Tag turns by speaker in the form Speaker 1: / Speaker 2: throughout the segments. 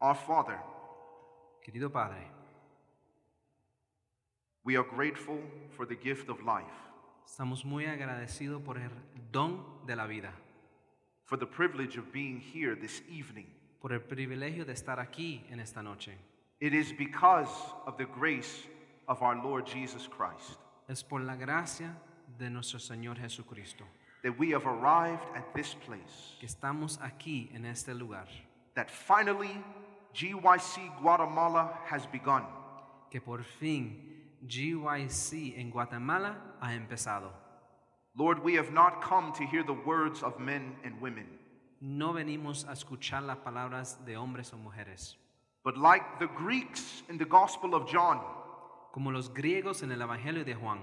Speaker 1: Our Father,
Speaker 2: Querido Padre,
Speaker 1: we are grateful for the gift of life,
Speaker 2: estamos muy agradecidos por el don de la vida,
Speaker 1: for the privilege of being here this evening.
Speaker 2: por el privilegio de estar aquí en esta noche.
Speaker 1: It is because of the grace of our Lord Jesus Christ
Speaker 2: Es por la gracia de nuestro Señor Jesucristo
Speaker 1: that we have arrived at this place,
Speaker 2: que estamos aquí en este lugar,
Speaker 1: that finally GYC Guatemala has begun.
Speaker 2: que por fin GYC en Guatemala ha empezado.
Speaker 1: Lord, we have not come to hear the words of men and women,
Speaker 2: No venimos a escuchar las palabras de hombres o mujeres,
Speaker 1: but like the Greeks in the Gospel of John,
Speaker 2: como los griegos en el Evangelio de Juan.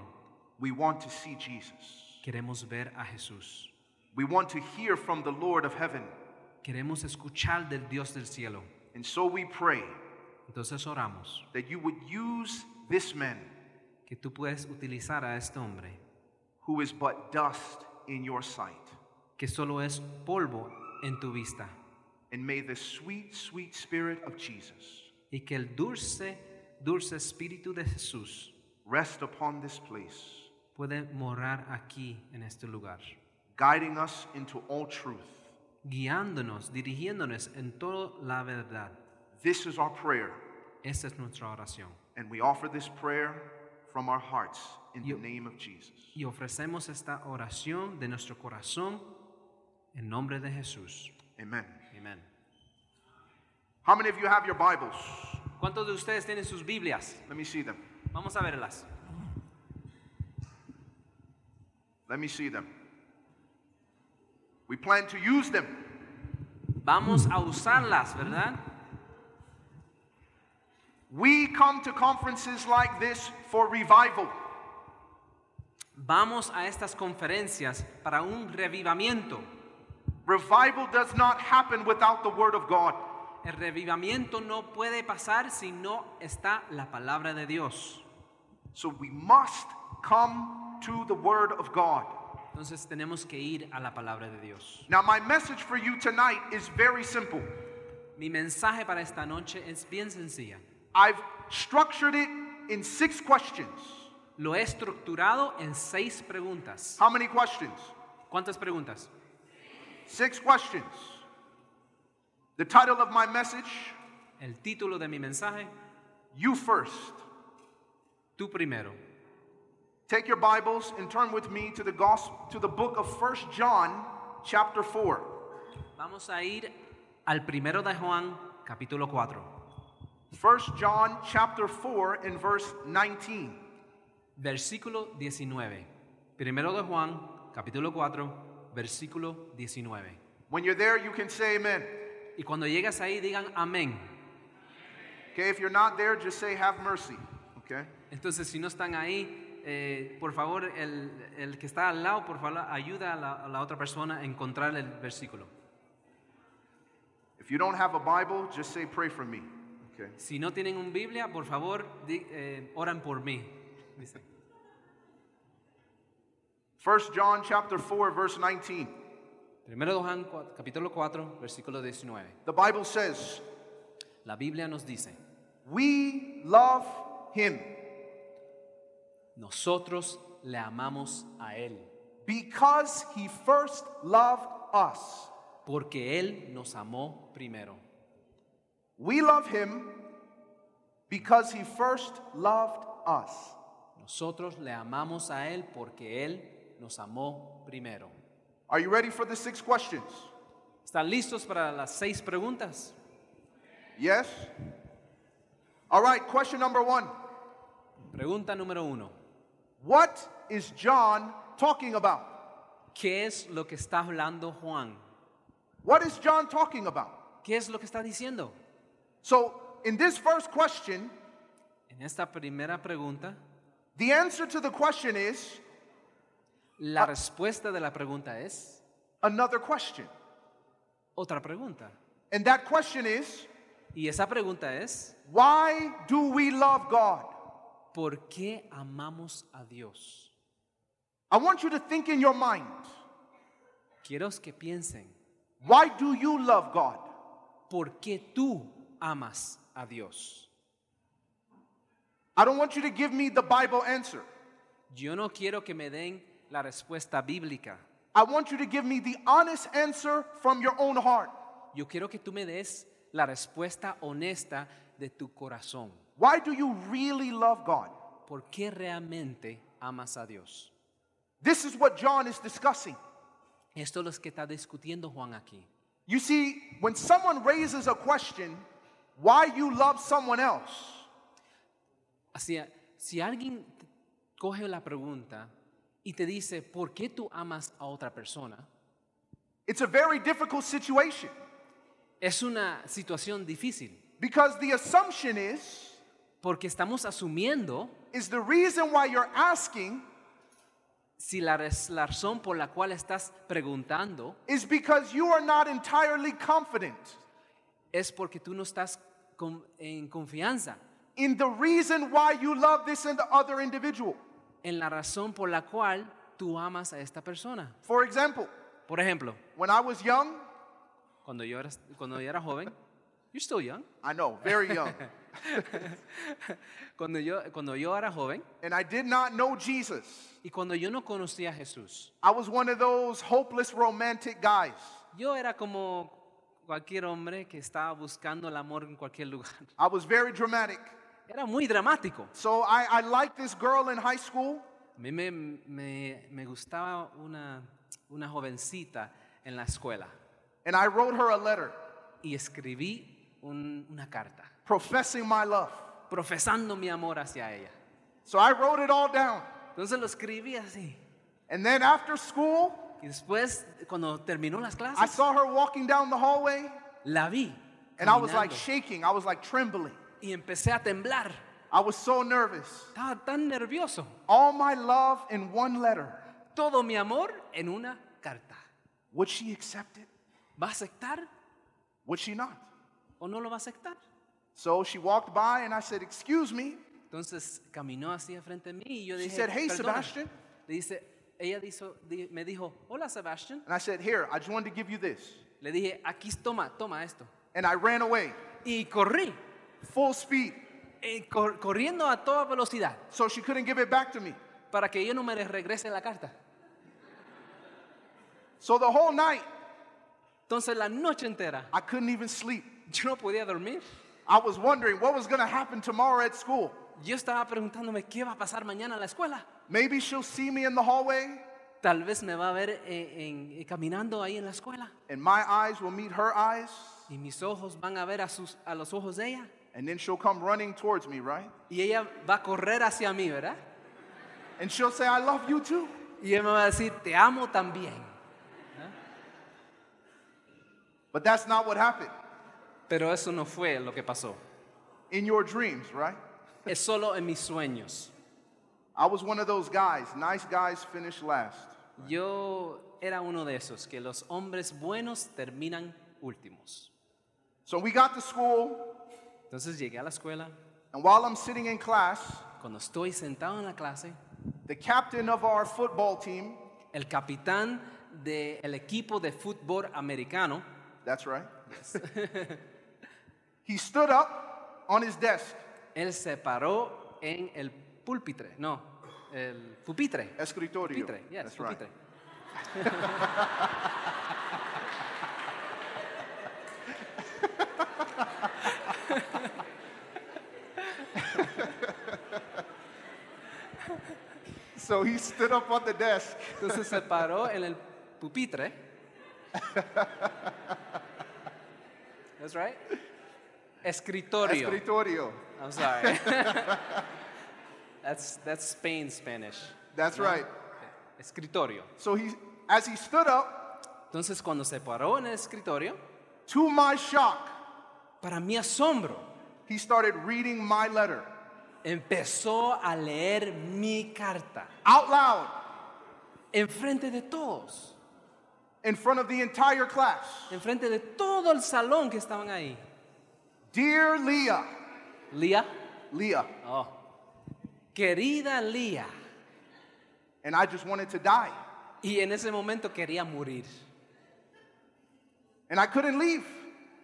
Speaker 1: we want to see Jesus.
Speaker 2: Queremos ver a Jesús.
Speaker 1: We want to hear from the Lord of heaven.
Speaker 2: Queremos escuchar del Dios del cielo.
Speaker 1: And so we pray
Speaker 2: Entonces oramos
Speaker 1: that you would use this man
Speaker 2: que tú puedes utilizar a este hombre,
Speaker 1: who is but dust in your sight.
Speaker 2: que solo es polvo en tu vista,
Speaker 1: And may the sweet, sweet spirit of Jesus
Speaker 2: y que el dulce, dulce Espíritu de Jesús
Speaker 1: rest upon this place,
Speaker 2: puede morar aquí en este lugar,
Speaker 1: guiding us into all truth.
Speaker 2: guiándonos, dirigiéndonos en toda la verdad.
Speaker 1: This is our prayer,
Speaker 2: Esta es nuestra oración.
Speaker 1: and we offer this prayer from our hearts in
Speaker 2: You-
Speaker 1: the name of Jesus.
Speaker 2: Y ofrecemos esta oración de nuestro corazón en nombre de Jesús.
Speaker 1: Amen.
Speaker 2: Amén.
Speaker 1: How many of you have your Bibles?
Speaker 2: ¿Cuántos de ustedes tienen sus Biblias?
Speaker 1: Let me see them.
Speaker 2: Vamos a verlas.
Speaker 1: Let me see them. We plan to use them.
Speaker 2: Vamos a usarlas, ¿verdad?
Speaker 1: We come to conferences like this for revival.
Speaker 2: Vamos a estas conferencias para un revivamiento.
Speaker 1: Revival does not happen without the Word of God.
Speaker 2: El revivamiento no puede pasar si no está la palabra de Dios.
Speaker 1: So we must come to the Word of God.
Speaker 2: Entonces tenemos que ir a la palabra de Dios.
Speaker 1: Now, my message for you tonight is very simple.
Speaker 2: Mi mensaje para esta noche es bien sencilla.
Speaker 1: I've structured it in six questions.
Speaker 2: Lo he estructurado en seis preguntas.
Speaker 1: How many questions?
Speaker 2: ¿Cuántas preguntas?
Speaker 1: Six questions. The title of my message
Speaker 2: El título de mi mensaje,
Speaker 1: You First.
Speaker 2: tú primero.
Speaker 1: Take your Bibles and turn with me to the, gospel, to the book of 1 John, chapter 4.
Speaker 2: Vamos a ir al primero de Juan, capítulo 4,
Speaker 1: 1 John chapter 4 and verse 19.
Speaker 2: versículo 19. Primero de Juan, capítulo 4, versículo 19.
Speaker 1: When you're there, you can say amen.
Speaker 2: Y cuando llegas ahí, digan amén.
Speaker 1: Okay, if you're not there, just say have mercy. Okay?
Speaker 2: Entonces, si no están ahí, eh, por favor, el, el que está al lado, por favor, ayuda a la, a la otra persona a encontrar el versículo.
Speaker 1: If you don't have a Bible, just say pray for me. Okay?
Speaker 2: Si no tienen un Biblia, por favor, di- eh, oran por mí. Dice.
Speaker 1: 1 John chapter 4 verse 19.
Speaker 2: Primero de Juan, cua- capítulo 4, versículo 19.
Speaker 1: The Bible says,
Speaker 2: La Biblia nos dice,
Speaker 1: "We love him
Speaker 2: nosotros le amamos a Él,
Speaker 1: because he first loved us.
Speaker 2: porque Él nos amó primero.
Speaker 1: We love him because he first loved us."
Speaker 2: Nosotros le amamos a Él porque Él nos amó primero.
Speaker 1: Are you ready for the six questions?
Speaker 2: ¿Están listos para las seis preguntas?
Speaker 1: Yes? All right, question number one.
Speaker 2: Pregunta número uno.
Speaker 1: What is John talking about?
Speaker 2: ¿Qué es lo que está hablando Juan?
Speaker 1: What is John talking about?
Speaker 2: ¿Qué es lo que está diciendo?
Speaker 1: So, in this first question,
Speaker 2: En esta primera pregunta,
Speaker 1: the answer to the question is
Speaker 2: la respuesta de la pregunta es
Speaker 1: another question.
Speaker 2: otra pregunta.
Speaker 1: And that question is
Speaker 2: Y esa pregunta es,
Speaker 1: why do we love God?
Speaker 2: ¿por qué amamos a Dios?
Speaker 1: I want you to think in your mind
Speaker 2: Quiero que piensen,
Speaker 1: why do you love God?
Speaker 2: ¿por qué tú amas a Dios?
Speaker 1: I don't want you to give me the Bible answer.
Speaker 2: Yo no quiero que me den la respuesta bíblica.
Speaker 1: I want you to give me the honest answer from your own heart.
Speaker 2: Yo quiero que tú me des la respuesta honesta de tu corazón.
Speaker 1: Why do you really love God?
Speaker 2: ¿Por qué realmente amas a Dios?
Speaker 1: This is what John is discussing.
Speaker 2: Esto es lo que está discutiendo Juan aquí.
Speaker 1: You see, when someone raises a question, why you love someone else,
Speaker 2: Así, si alguien coge la pregunta y te dice, ¿por qué tú amas a otra persona?
Speaker 1: it's a very difficult situation
Speaker 2: Es una situación difícil,
Speaker 1: because the assumption is
Speaker 2: porque estamos asumiendo
Speaker 1: is the reason why you're asking
Speaker 2: si la, res- la razón por la cual estás preguntando
Speaker 1: is because you are not entirely confident
Speaker 2: es porque tú no estás con- en confianza
Speaker 1: in the reason why you love this and the other individual.
Speaker 2: en la razón por la cual tú amas a esta persona.
Speaker 1: For example,
Speaker 2: Por ejemplo,
Speaker 1: when I was young,
Speaker 2: cuando yo era, cuando yo era joven, you're still young.
Speaker 1: I know, very young,
Speaker 2: Cuando yo, cuando yo era joven
Speaker 1: and I did not know Jesus.
Speaker 2: y cuando yo no conocía a Jesús,
Speaker 1: I was one of those hopeless romantic guys.
Speaker 2: yo era como cualquier hombre que estaba buscando el amor en cualquier lugar.
Speaker 1: I was very dramatic.
Speaker 2: Era muy dramático.
Speaker 1: So I, I liked this girl in high school,
Speaker 2: A mí me, me- me gustaba una, una jovencita en la escuela
Speaker 1: and I wrote her a letter
Speaker 2: y escribí un- una carta
Speaker 1: professing my love.
Speaker 2: profesando mi amor hacia ella.
Speaker 1: So I wrote it all down.
Speaker 2: Entonces lo escribí así.
Speaker 1: And then after school,
Speaker 2: Y después, cuando terminó las
Speaker 1: I
Speaker 2: clases,
Speaker 1: saw her walking down the hallway,
Speaker 2: la vi.
Speaker 1: and I was like
Speaker 2: caminando
Speaker 1: shaking. I was like trembling.
Speaker 2: y empecé a temblar.
Speaker 1: I was so nervous.
Speaker 2: Estaba tan nervioso.
Speaker 1: All my love in one letter.
Speaker 2: Todo mi amor en una carta.
Speaker 1: Would she accept it?
Speaker 2: ¿Va a aceptar
Speaker 1: Would she not?
Speaker 2: o no lo va a aceptar?
Speaker 1: So she walked by and I said, Excuse me.
Speaker 2: Entonces caminó así de frente a mí y yo
Speaker 1: She
Speaker 2: dije,
Speaker 1: said, "Hey,
Speaker 2: "Perdona".
Speaker 1: Sebastian.
Speaker 2: Le dice, ella dijo- di- me dijo, hola Sebastian.
Speaker 1: And I said, Here, I just wanted to give you this.
Speaker 2: Le dije, aquí toma, toma esto.
Speaker 1: And I ran away,
Speaker 2: Y corrí,
Speaker 1: full speed.
Speaker 2: eh, cor- corriendo a toda velocidad
Speaker 1: So she couldn't give it back to me.
Speaker 2: para que ella no me regrese la carta.
Speaker 1: So the whole night,
Speaker 2: Entonces la noche entera
Speaker 1: I couldn't even sleep.
Speaker 2: yo no podía dormir.
Speaker 1: I was wondering what was going to happen tomorrow at school.
Speaker 2: Yo estaba preguntándome qué va a pasar mañana en la escuela.
Speaker 1: Maybe she'll see me in the hallway
Speaker 2: Tal vez me va a ver eh, en- eh, caminando ahí en la escuela
Speaker 1: and my eyes will meet her eyes
Speaker 2: y mis ojos van a ver a, sus, a los ojos de ella
Speaker 1: and then she'll come running towards me, right?
Speaker 2: y ella va a correr hacia mí, ¿verdad?
Speaker 1: And she'll say, I love you too.
Speaker 2: Y ella me va a decir, te amo también.
Speaker 1: But that's not what happened
Speaker 2: Pero eso no fue lo que pasó.
Speaker 1: in your dreams, right?
Speaker 2: Es solo en mis sueños.
Speaker 1: I was one of those guys, nice guys finish last.
Speaker 2: Yo era uno de esos, que los hombres buenos terminan últimos.
Speaker 1: So we got to school,
Speaker 2: Entonces llegué a la escuela,
Speaker 1: and while I'm sitting in class,
Speaker 2: cuando estoy sentado en la clase,
Speaker 1: the captain of our football team,
Speaker 2: el capitán del equipo de fútbol americano
Speaker 1: that's right, he stood up on his desk,
Speaker 2: Él se paró en el púlpitre, no, el pupitre.
Speaker 1: escritorio.
Speaker 2: Pupitre, yes,
Speaker 1: that's right.
Speaker 2: pupitre.
Speaker 1: So he stood up on the desk
Speaker 2: Entonces se paró en el pupitre. That's right. Escritorio.
Speaker 1: Escritorio.
Speaker 2: I'm sorry. that's that's Spain Spanish.
Speaker 1: That's right.
Speaker 2: Escritorio.
Speaker 1: So he, as he stood up,
Speaker 2: Entonces cuando se paró en el escritorio,
Speaker 1: to my shock,
Speaker 2: para mi asombro,
Speaker 1: he started reading my letter
Speaker 2: empezó a leer mi carta
Speaker 1: out loud
Speaker 2: enfrente de todos.
Speaker 1: in front of the entire class.
Speaker 2: enfrente de todo el salón que estaban ahí.
Speaker 1: Dear Leah,
Speaker 2: Lía,
Speaker 1: Leah,
Speaker 2: oh, querida Lía,
Speaker 1: and I just wanted to die,
Speaker 2: y en ese momento quería morir
Speaker 1: and I couldn't leave.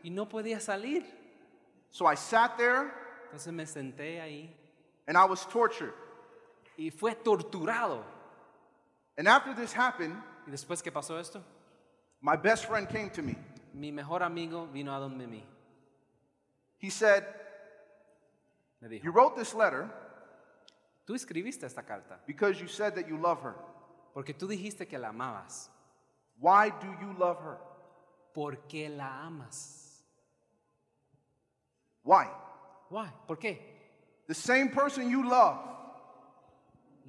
Speaker 2: y no podía salir.
Speaker 1: So I sat there
Speaker 2: Entonces me senté ahí
Speaker 1: and I was tortured.
Speaker 2: y fue torturado.
Speaker 1: And after this happened,
Speaker 2: Y después que pasó esto,
Speaker 1: my best friend came to me.
Speaker 2: mi mejor amigo vino a donde mí.
Speaker 1: He said,
Speaker 2: Me dijo,
Speaker 1: You wrote this letter
Speaker 2: tú escribiste esta carta
Speaker 1: because you said that you love her.
Speaker 2: porque tú dijiste que la amabas.
Speaker 1: Why do you love her?
Speaker 2: ¿Por qué la amas?
Speaker 1: Why?
Speaker 2: Why? ¿Por qué?
Speaker 1: The same person you love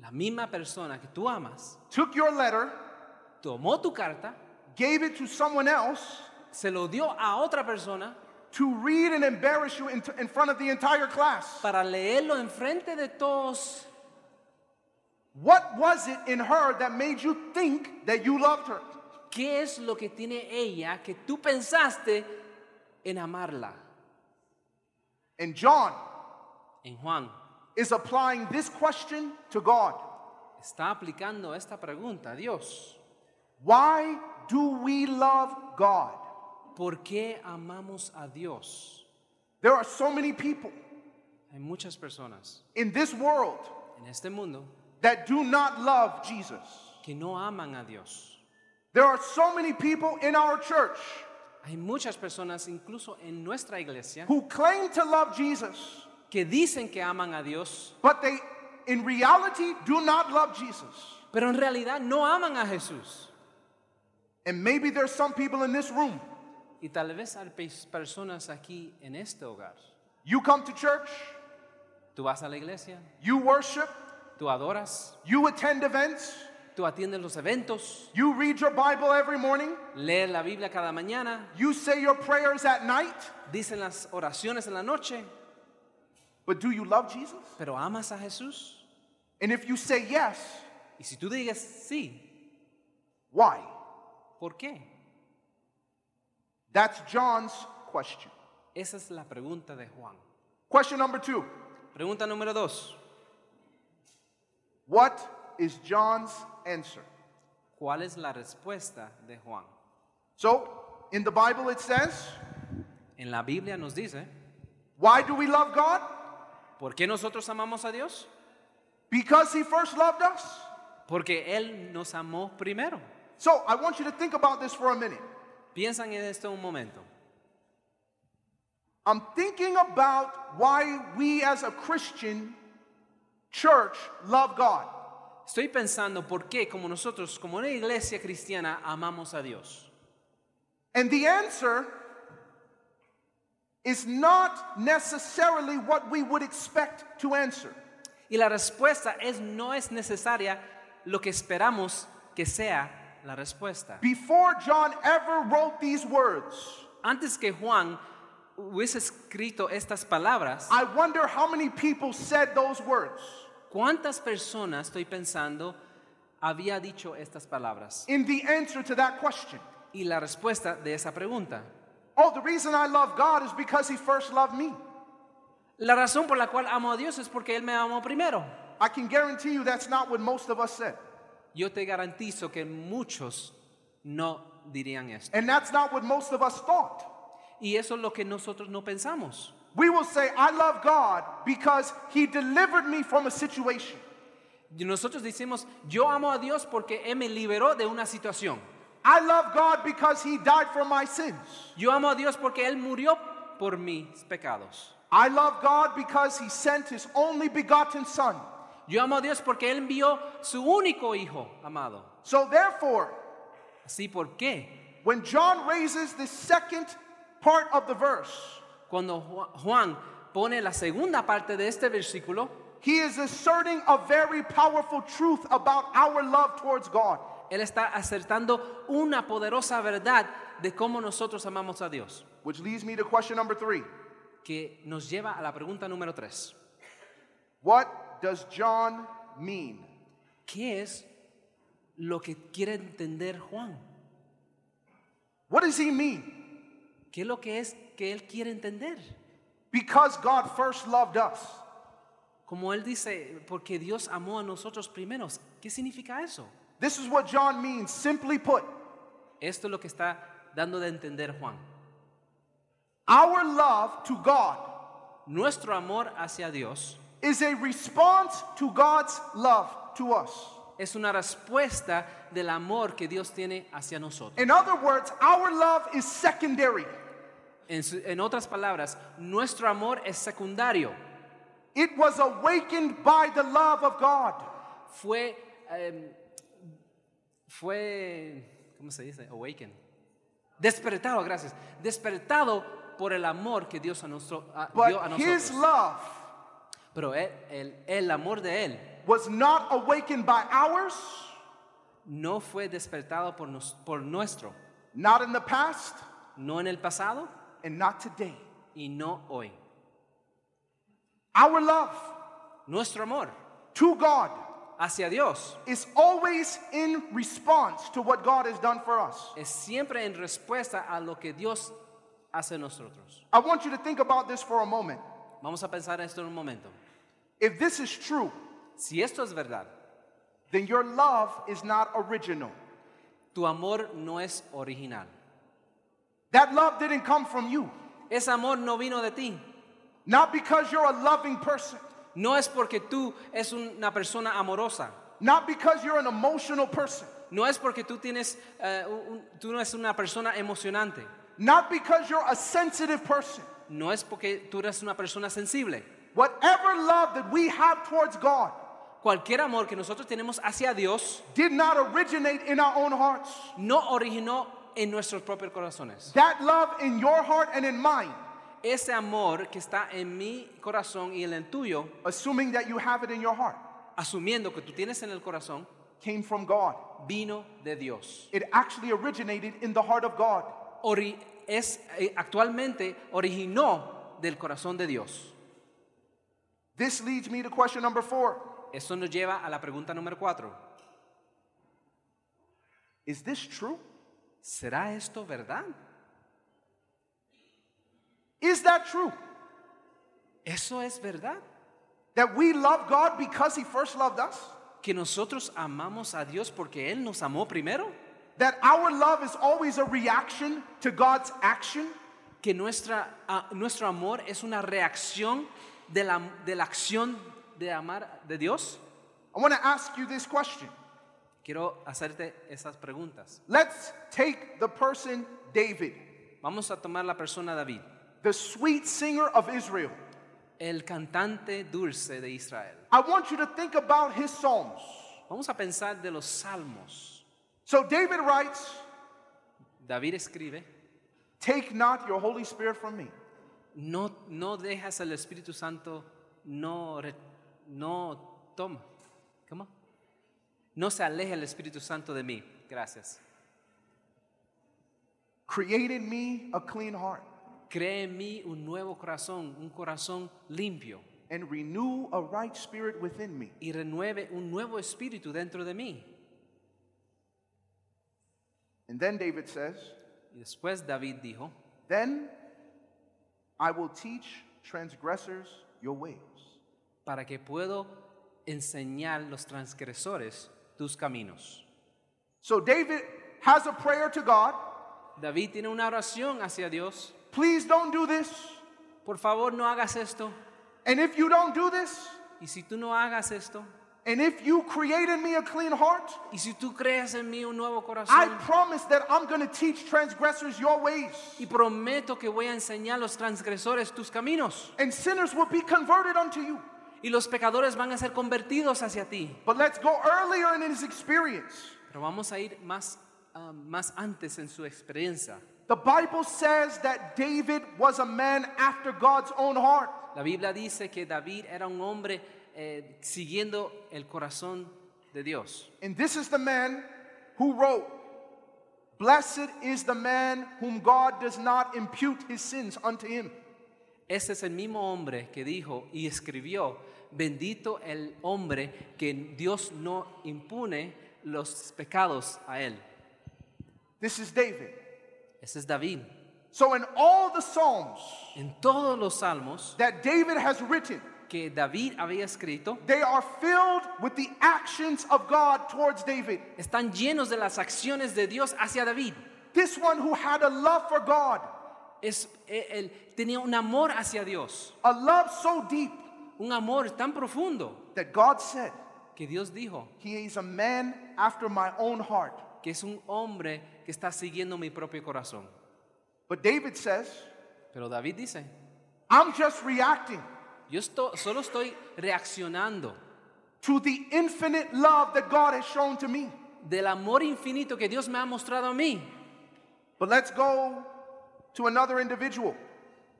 Speaker 2: La misma persona que tú amas
Speaker 1: took your letter,
Speaker 2: tomó tu carta,
Speaker 1: gave it to someone else
Speaker 2: se lo dio a otra persona
Speaker 1: to read and embarrass you in, in front of the entire class.
Speaker 2: para leerlo enfrente de todos.
Speaker 1: What was it in her that made you think that you loved her?
Speaker 2: ¿Qué es lo que tiene ella que tú pensaste en amarla?
Speaker 1: And John
Speaker 2: En Juan
Speaker 1: is applying this question to God.
Speaker 2: está aplicando esta pregunta a Dios.
Speaker 1: Why do we love God?
Speaker 2: ¿Por qué amamos a Dios?
Speaker 1: There are so many people
Speaker 2: Hay muchas personas
Speaker 1: in this world
Speaker 2: en este mundo
Speaker 1: that do not love Jesus.
Speaker 2: que no aman a Dios.
Speaker 1: There are so many people in our church
Speaker 2: Hay muchas personas, incluso en nuestra iglesia,
Speaker 1: who claim to love Jesus,
Speaker 2: que dicen que aman a Dios,
Speaker 1: but they in reality do not love Jesus.
Speaker 2: pero en realidad no aman a Jesús.
Speaker 1: And maybe there's some people in this room.
Speaker 2: Y tal vez hay pers- personas aquí en este hogar.
Speaker 1: You come to church,
Speaker 2: Tú vas a la iglesia,
Speaker 1: you worship,
Speaker 2: tú adoras,
Speaker 1: you attend events,
Speaker 2: tú atiendes los eventos,
Speaker 1: you read your Bible every morning,
Speaker 2: lees la Biblia cada mañana,
Speaker 1: you say your prayers at night,
Speaker 2: dicen las oraciones en la noche,
Speaker 1: but do you love Jesus?
Speaker 2: pero amas a Jesús.
Speaker 1: And if you say yes,
Speaker 2: Y si tú digas sí,
Speaker 1: why?
Speaker 2: ¿por qué?
Speaker 1: That's John's question.
Speaker 2: Esa es la pregunta de Juan.
Speaker 1: Question number two
Speaker 2: Pregunta número dos.
Speaker 1: What is John's answer?
Speaker 2: ¿Cuál es la respuesta de Juan?
Speaker 1: So, in the Bible, it says,
Speaker 2: En la Biblia nos dice,
Speaker 1: Why do we love God?
Speaker 2: ¿por qué nosotros amamos a Dios?
Speaker 1: Because He first loved us.
Speaker 2: Porque Él nos amó primero.
Speaker 1: So, I want you to think about this for a minute.
Speaker 2: Piensan en esto un momento.
Speaker 1: I'm thinking about why we as a Christian church love God.
Speaker 2: Estoy pensando por qué como nosotros, como una iglesia cristiana, amamos a Dios.
Speaker 1: And the answer is not necessarily what we would expect to answer.
Speaker 2: Y la respuesta es no es necesaria lo que esperamos que sea la respuesta.
Speaker 1: Before John ever wrote these words,
Speaker 2: Antes que Juan hubiese escrito estas palabras,
Speaker 1: I wonder how many people said those words.
Speaker 2: ¿cuántas personas estoy pensando había dicho estas palabras?
Speaker 1: in the answer to that question.
Speaker 2: Y la respuesta de esa pregunta.
Speaker 1: Oh, the reason I love God is because He first loved me.
Speaker 2: La razón por la cual amo a Dios es porque Él me amó primero.
Speaker 1: I can guarantee you that's not what most of us said.
Speaker 2: Yo te garantizo que muchos no dirían esto.
Speaker 1: And that's not what most of us thought.
Speaker 2: Y eso es lo que nosotros no pensamos.
Speaker 1: We will say, I love God because He delivered me from a situation.
Speaker 2: Y Nosotros decimos, yo amo a Dios porque Él me liberó de una situación.
Speaker 1: I love God because He died for my sins.
Speaker 2: Yo amo a Dios porque Él murió por mis pecados.
Speaker 1: I love God because He sent His only begotten Son.
Speaker 2: Yo amo a Dios porque Él envió su único hijo amado.
Speaker 1: So, therefore,
Speaker 2: Así por qué,
Speaker 1: when John raises the second part of the verse,
Speaker 2: cuando Ju- Juan pone la segunda parte de este versículo,
Speaker 1: He is asserting a very powerful truth about our love towards God.
Speaker 2: Él está acertando una poderosa verdad de cómo nosotros amamos a Dios,
Speaker 1: Which leads me to question number three
Speaker 2: que nos lleva a la pregunta número tres.
Speaker 1: What does John mean?
Speaker 2: ¿Qué es lo que quiere entender Juan?
Speaker 1: What does he mean?
Speaker 2: ¿Qué es lo que es que él quiere entender?
Speaker 1: Because God first loved us.
Speaker 2: Como él dice, porque Dios amó a nosotros primeros. ¿Qué significa eso?
Speaker 1: This is what John means, simply put.
Speaker 2: Esto es lo que está dando de entender Juan.
Speaker 1: Our love to God
Speaker 2: nuestro amor hacia Dios
Speaker 1: is a response to God's love to us.
Speaker 2: es una respuesta del amor que Dios tiene hacia nosotros.
Speaker 1: In other words, our love is secondary.
Speaker 2: En, su- en otras palabras, nuestro amor es secundario.
Speaker 1: It was awakened by the love of God.
Speaker 2: Fue, em, fue, ¿cómo se dice? Awaken. Despertado, gracias. Despertado por el amor que Dios a nuestro, a- dio a
Speaker 1: But his
Speaker 2: nosotros.
Speaker 1: love
Speaker 2: Pero el, el- el amor de Él
Speaker 1: was not awakened by ours,
Speaker 2: no fue despertado por, nos- por nuestro,
Speaker 1: not in the past,
Speaker 2: no en el pasado
Speaker 1: and not today.
Speaker 2: y no hoy.
Speaker 1: Our love
Speaker 2: Nuestro amor
Speaker 1: to God
Speaker 2: hacia Dios
Speaker 1: is always in response to what God has done for us.
Speaker 2: es siempre en respuesta a lo que Dios hace en nosotros.
Speaker 1: I want you to think about this for a moment.
Speaker 2: Vamos a pensar en esto en un momento.
Speaker 1: If this is true,
Speaker 2: Si esto es verdad,
Speaker 1: then your love is not original.
Speaker 2: tu amor no es original.
Speaker 1: That love didn't come from you.
Speaker 2: Ese amor no vino de ti.
Speaker 1: Not because you're a loving person,
Speaker 2: No es porque tú es una persona amorosa.
Speaker 1: not because you're an emotional person,
Speaker 2: No es porque tú tienes, eh, un- tú no es una persona emocionante.
Speaker 1: not because you're a sensitive person.
Speaker 2: No es porque tú eres una persona sensible.
Speaker 1: Whatever love that we have towards God
Speaker 2: Cualquier amor que nosotros tenemos hacia Dios
Speaker 1: did not originate in our own hearts.
Speaker 2: no originó en nuestros propios corazones.
Speaker 1: That love in your heart and in mine,
Speaker 2: Ese amor que está en mi corazón y en el tuyo
Speaker 1: assuming that you have it in your heart,
Speaker 2: asumiendo que tú tienes en el corazón,
Speaker 1: came from God.
Speaker 2: vino de Dios.
Speaker 1: It actually originated in the heart of God.
Speaker 2: Ori- es, eh, actualmente originó del corazón de Dios.
Speaker 1: This leads me to question number four
Speaker 2: Eso nos lleva a la pregunta número cuatro.
Speaker 1: Is this true?
Speaker 2: ¿Será esto verdad?
Speaker 1: Is that true?
Speaker 2: ¿Eso es verdad?
Speaker 1: That we love God because He first loved us?
Speaker 2: ¿Que nosotros amamos a Dios porque Él nos amó primero?
Speaker 1: That our love is always a reaction to God's action?
Speaker 2: ¿Que nuestra, ah, nuestro amor es una reacción de la, de la acción de amar de Dios?
Speaker 1: I want to ask you this question.
Speaker 2: Quiero hacerte esas preguntas.
Speaker 1: Let's take the person David,
Speaker 2: Vamos a tomar la persona David,
Speaker 1: the sweet singer of Israel.
Speaker 2: el cantante dulce de Israel.
Speaker 1: I want you to think about his Psalms.
Speaker 2: Vamos a pensar de los salmos.
Speaker 1: So David writes,
Speaker 2: David escribe,
Speaker 1: Take not your Holy Spirit from me.
Speaker 2: no, no dejas al Espíritu Santo, no, re- no toma. ¿Cómo? No se aleja el Espíritu Santo de mí. Gracias.
Speaker 1: Create in me a clean heart
Speaker 2: Cree en mí un nuevo corazón, un corazón limpio,
Speaker 1: and renew a right spirit within me.
Speaker 2: y renueve un nuevo espíritu dentro de mí.
Speaker 1: And then David says,
Speaker 2: Y después David dijo,
Speaker 1: Then I will teach transgressors your ways.
Speaker 2: para que puedo enseñar los transgresores tus caminos.
Speaker 1: So David has a prayer to God.
Speaker 2: David tiene una oración hacia Dios.
Speaker 1: Please don't do this.
Speaker 2: Por favor, no hagas esto.
Speaker 1: And if you don't do this,
Speaker 2: Y si tú no hagas esto,
Speaker 1: and if you create in me a clean heart,
Speaker 2: y si tú creas en mí un nuevo
Speaker 1: I
Speaker 2: corazón,
Speaker 1: promise that I'm going to teach transgressors your ways,
Speaker 2: y prometo que voy a enseñar a los transgresores tus caminos,
Speaker 1: and sinners will be converted unto you.
Speaker 2: y los pecadores van a ser convertidos hacia ti.
Speaker 1: But let's go earlier in his experience.
Speaker 2: Pero vamos a ir más, ah, más antes en su experiencia.
Speaker 1: The Bible says that David was a man after God's own heart.
Speaker 2: La Biblia dice que David era un hombre eh, siguiendo el corazón de Dios.
Speaker 1: And this is the man who wrote, Blessed is the man whom God does not impute his sins unto him.
Speaker 2: Ese es el mismo hombre que dijo y escribió, bendito el hombre que Dios no impune los pecados a él.
Speaker 1: This is David.
Speaker 2: Ese es David.
Speaker 1: So, in all the Psalms
Speaker 2: En todos los salmos
Speaker 1: that David has written,
Speaker 2: que David había escrito,
Speaker 1: they are filled with the actions of God towards David.
Speaker 2: están llenos de las acciones de Dios hacia David.
Speaker 1: This one who had a love for God
Speaker 2: Es, eh, él tenía un amor hacia Dios,
Speaker 1: a love so deep
Speaker 2: un amor tan profundo
Speaker 1: that God said,
Speaker 2: que Dios dijo
Speaker 1: He is a man after my own heart.
Speaker 2: que es un hombre que está siguiendo mi propio corazón.
Speaker 1: But David says,
Speaker 2: Pero David dice,
Speaker 1: I'm just reacting
Speaker 2: yo esto- solo estoy reaccionando
Speaker 1: to the infinite love that God has shown to me.
Speaker 2: del amor infinito que Dios me ha mostrado a mí.
Speaker 1: But let's go to another individual.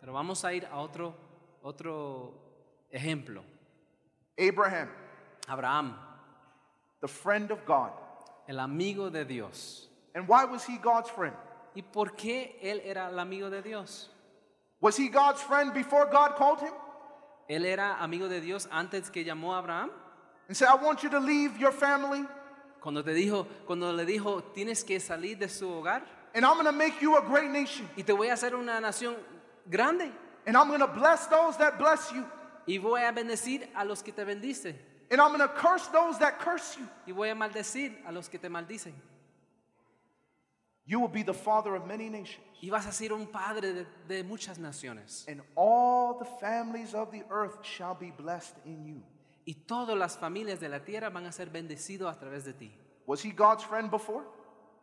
Speaker 2: Pero vamos a ir a otro, otro ejemplo.
Speaker 1: Abraham,
Speaker 2: Abraham,
Speaker 1: the friend of God.
Speaker 2: el amigo de Dios.
Speaker 1: And why was he God's friend?
Speaker 2: ¿Y por qué él era el amigo de Dios?
Speaker 1: Was he God's friend before God called him
Speaker 2: Él era amigo de Dios antes que llamó a Abraham.
Speaker 1: and said, I want you to leave your family
Speaker 2: Cuando, te dijo, cuando le dijo, tienes que salir de su hogar
Speaker 1: and I'm going to make you a great nation
Speaker 2: y te voy a hacer una nación grande
Speaker 1: and I'm going to bless those that bless you
Speaker 2: y voy a bendecir a los que te bendicen
Speaker 1: and I'm going to curse those that curse you.
Speaker 2: y voy a maldecir a los que te maldicen
Speaker 1: You will be the father of many nations
Speaker 2: y vas a ser un padre de, de muchas naciones
Speaker 1: and all the families of the earth shall be blessed in you.
Speaker 2: y todas las familias de la tierra van a ser bendecidos a través de ti.
Speaker 1: Was he God's friend before?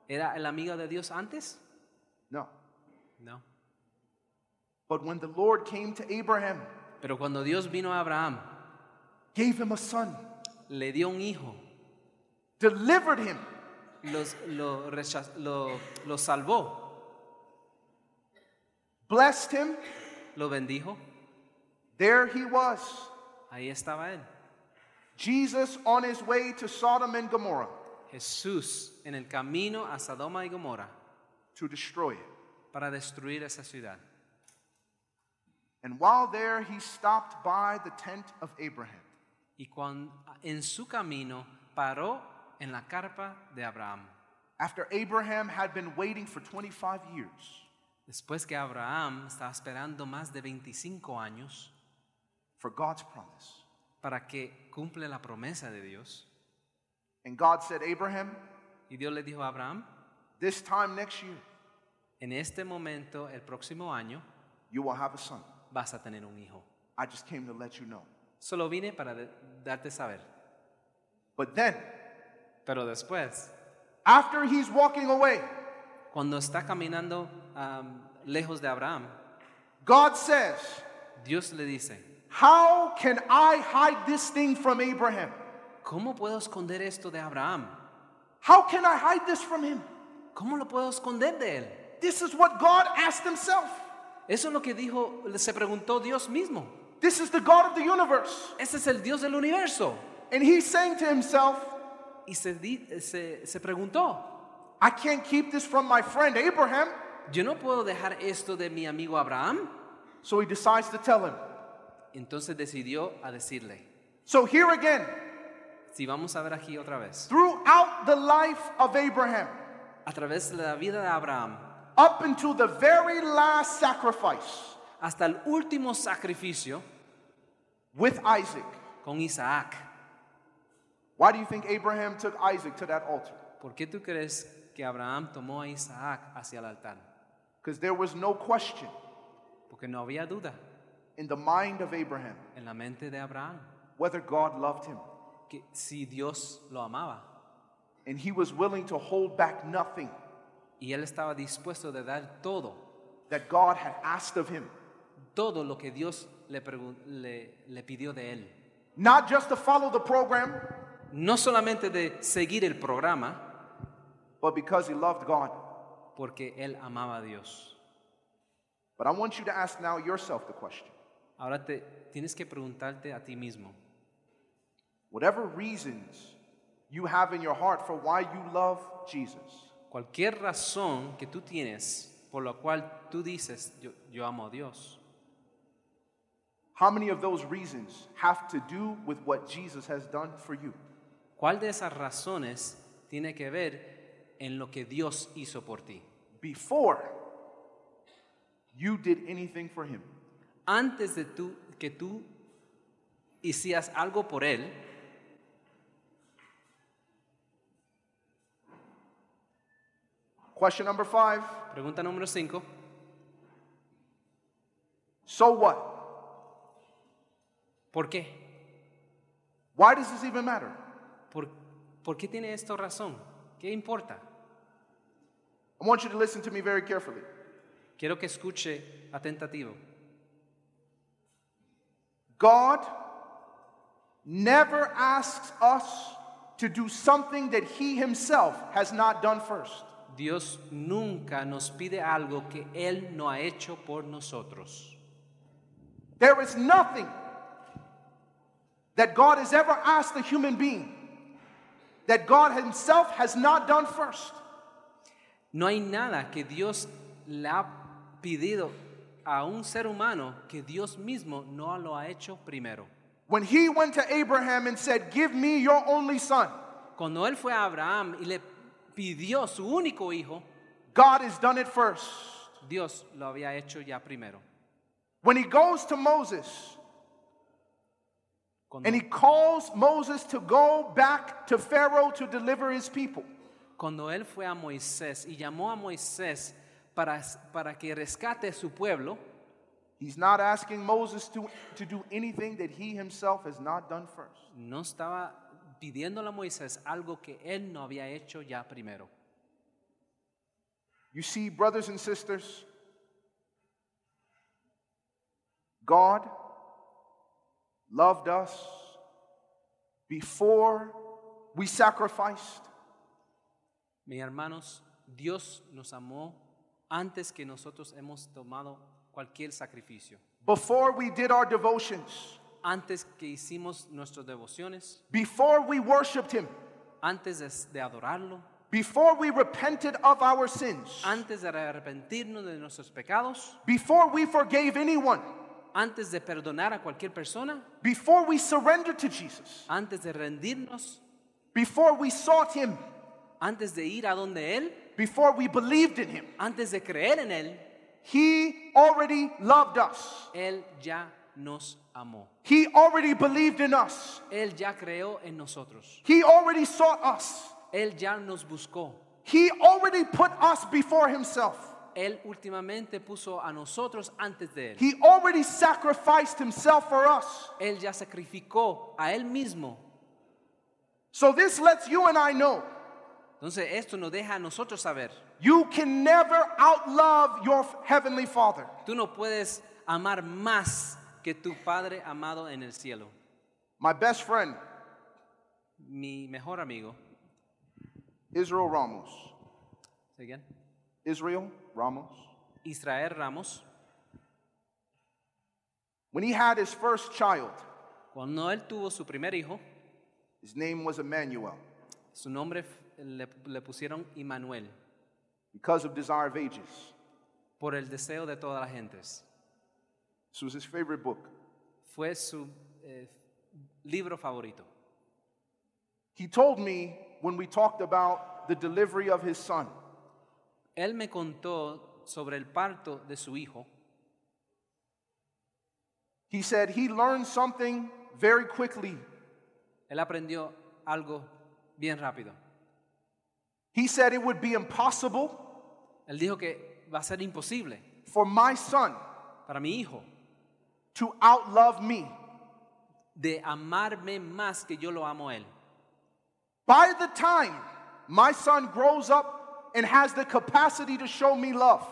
Speaker 2: ¿Era el amigo de Dios antes?
Speaker 1: No.
Speaker 2: No.
Speaker 1: But when the Lord came to Abraham,
Speaker 2: Pero cuando Dios vino a Abraham,
Speaker 1: gave him a son,
Speaker 2: le dio un hijo,
Speaker 1: delivered him
Speaker 2: los- lo, rechaz- lo- lo salvó,
Speaker 1: blessed him.
Speaker 2: lo bendijo,
Speaker 1: There he was,
Speaker 2: ahí estaba él.
Speaker 1: Jesus on his way to Sodom and Gomorrah
Speaker 2: Jesús en el camino a Sodoma y Gomorra
Speaker 1: to destroy it.
Speaker 2: para destruir esa ciudad.
Speaker 1: And while there, he stopped by the tent of Abraham.
Speaker 2: Y cuando, en su camino paró en la carpa de Abraham.
Speaker 1: After Abraham had been waiting for 25 years,
Speaker 2: Después que Abraham estaba esperando más de 25 años
Speaker 1: for God's promise.
Speaker 2: para que cumple la promesa de Dios.
Speaker 1: And God said, Abraham,
Speaker 2: Y Dios le dijo a Abraham,
Speaker 1: this time next year,
Speaker 2: en este momento, el próximo año,
Speaker 1: you will have a son.
Speaker 2: vas a tener un hijo.
Speaker 1: I just came to let you know.
Speaker 2: Solo vine para de- darte saber.
Speaker 1: But then,
Speaker 2: Pero después,
Speaker 1: after he's walking away,
Speaker 2: cuando está caminando am, lejos de Abraham,
Speaker 1: God says,
Speaker 2: Dios le dice,
Speaker 1: How can I hide this thing from Abraham?
Speaker 2: ¿cómo puedo esconder esto de Abraham?
Speaker 1: How can I hide this from him?
Speaker 2: ¿Cómo lo puedo esconder de él?
Speaker 1: This is what God asked himself.
Speaker 2: Eso es lo que dijo, se preguntó Dios mismo.
Speaker 1: This is the God of the universe.
Speaker 2: Ese es el Dios del universo.
Speaker 1: And he's saying to himself,
Speaker 2: Y se, di- se, se preguntó,
Speaker 1: I can't keep this from my friend Abraham.
Speaker 2: yo no puedo dejar esto de mi amigo Abraham.
Speaker 1: So he decides to tell him.
Speaker 2: Entonces decidió a decirle,
Speaker 1: So here again,
Speaker 2: si vamos a ver aquí otra vez,
Speaker 1: throughout the life of Abraham,
Speaker 2: a través de la vida de Abraham,
Speaker 1: up until the very last sacrifice
Speaker 2: hasta el último sacrificio
Speaker 1: with Isaac.
Speaker 2: con Isaac.
Speaker 1: Why do you think Abraham took Isaac to that altar?
Speaker 2: ¿Por qué tú crees que Abraham tomó a Isaac hacia el altar?
Speaker 1: Because there was no question
Speaker 2: Porque no había duda
Speaker 1: in the mind of Abraham
Speaker 2: en la mente de Abraham
Speaker 1: whether God loved him.
Speaker 2: que si Dios lo amaba
Speaker 1: And he was willing to hold back nothing
Speaker 2: y él estaba dispuesto de dar todo,
Speaker 1: that God had asked of him.
Speaker 2: todo lo que Dios le, pregun- le- le pidió de él.
Speaker 1: Not just to follow the program,
Speaker 2: No solamente de seguir el programa,
Speaker 1: but because he loved God.
Speaker 2: porque él amaba a Dios.
Speaker 1: But I want you to ask now yourself the question.
Speaker 2: Ahora te tienes que preguntarte a ti mismo,
Speaker 1: Whatever reasons you have in your heart for why you love Jesus,
Speaker 2: Cualquier razón que tú tienes por la cual tú dices, yo, yo amo a Dios,
Speaker 1: how many of those reasons have to do with what Jesus has done for you?
Speaker 2: ¿cuál de esas razones tiene que ver en lo que Dios hizo por ti?
Speaker 1: Before you did anything for him,
Speaker 2: Antes de tú, que tú hicieras algo por Él,
Speaker 1: Question number five
Speaker 2: pregunta número 5,
Speaker 1: So what?
Speaker 2: ¿Por qué?
Speaker 1: Why does this even matter?
Speaker 2: ¿Por, por qué tiene esto razón? ¿Qué importa?
Speaker 1: I want you to listen to me very carefully.
Speaker 2: Quiero que escuche atentativo.
Speaker 1: God never asks us to do something that He Himself has not done first.
Speaker 2: Dios nunca nos pide algo que Él no ha hecho por nosotros.
Speaker 1: There is nothing that God has ever asked a human being that God Himself has not done first.
Speaker 2: No hay nada que Dios le ha pedido a un ser humano que Dios mismo no lo ha hecho primero.
Speaker 1: When He went to Abraham and said, Give me your only son,
Speaker 2: Cuando Él fue a Abraham y le pidió su único hijo,
Speaker 1: God has done it first.
Speaker 2: Dios lo había hecho ya primero.
Speaker 1: When He goes to Moses
Speaker 2: Cuando,
Speaker 1: and He calls Moses to go back to Pharaoh to deliver His people,
Speaker 2: cuando Él fue a Moisés y llamó a Moisés para, para que rescate su pueblo,
Speaker 1: He's not asking Moses to, to do anything that He Himself has not done first.
Speaker 2: no estaba pidiéndole a Moisés algo que Él no había hecho ya primero.
Speaker 1: You see, brothers and sisters, God loved us before we sacrificed.
Speaker 2: Mis hermanos, Dios nos amó antes que nosotros hemos tomado cualquier sacrificio,
Speaker 1: Before we did our devotions,
Speaker 2: antes que hicimos nuestras devociones,
Speaker 1: before we worshiped Him,
Speaker 2: antes de, de adorarlo,
Speaker 1: before we repented of our sins,
Speaker 2: antes de arrepentirnos de nuestros pecados,
Speaker 1: before we forgave anyone,
Speaker 2: antes de perdonar a cualquier persona,
Speaker 1: before we surrendered to Jesus,
Speaker 2: antes de rendirnos,
Speaker 1: before we sought Him,
Speaker 2: antes de ir a donde Él,
Speaker 1: before we believed in Him,
Speaker 2: antes de creer en Él,
Speaker 1: He already loved us.
Speaker 2: Él ya nos amó.
Speaker 1: He already believed in us.
Speaker 2: Él ya creó en nosotros.
Speaker 1: He already sought us.
Speaker 2: Él ya nos buscó.
Speaker 1: He already put us before himself.
Speaker 2: Él últimamente puso a nosotros antes de Él.
Speaker 1: He already sacrificed himself for us.
Speaker 2: Él ya sacrificó a Él mismo.
Speaker 1: So this lets you and I know
Speaker 2: Entonces esto nos deja a nosotros saber.
Speaker 1: you can never outlove your heavenly Father.
Speaker 2: Tú no puedes amar más que tu Padre amado en el cielo.
Speaker 1: My best friend,
Speaker 2: Mi mejor amigo,
Speaker 1: Israel Ramos.
Speaker 2: ¿se llama?
Speaker 1: Israel Ramos.
Speaker 2: Israel Ramos,
Speaker 1: When he had his first child,
Speaker 2: cuando él tuvo su primer hijo,
Speaker 1: his name was Emmanuel
Speaker 2: su nombre f- le, le pusieron Immanuel,
Speaker 1: because of Desire of Ages.
Speaker 2: por el deseo de todas las gentes.
Speaker 1: This was his favorite book.
Speaker 2: Fue su eh, libro favorito.
Speaker 1: He told me when we talked about the delivery of his son
Speaker 2: Él me contó sobre el parto de su hijo
Speaker 1: He said he learned something very quickly.
Speaker 2: Él aprendió algo bien rápido.
Speaker 1: He said it would be impossible
Speaker 2: Él dijo que va a ser imposible
Speaker 1: for my son
Speaker 2: para mi hijo
Speaker 1: to outlove me.
Speaker 2: de amarme más que yo lo amo a él.
Speaker 1: By the time my son grows up and has the capacity to show me love,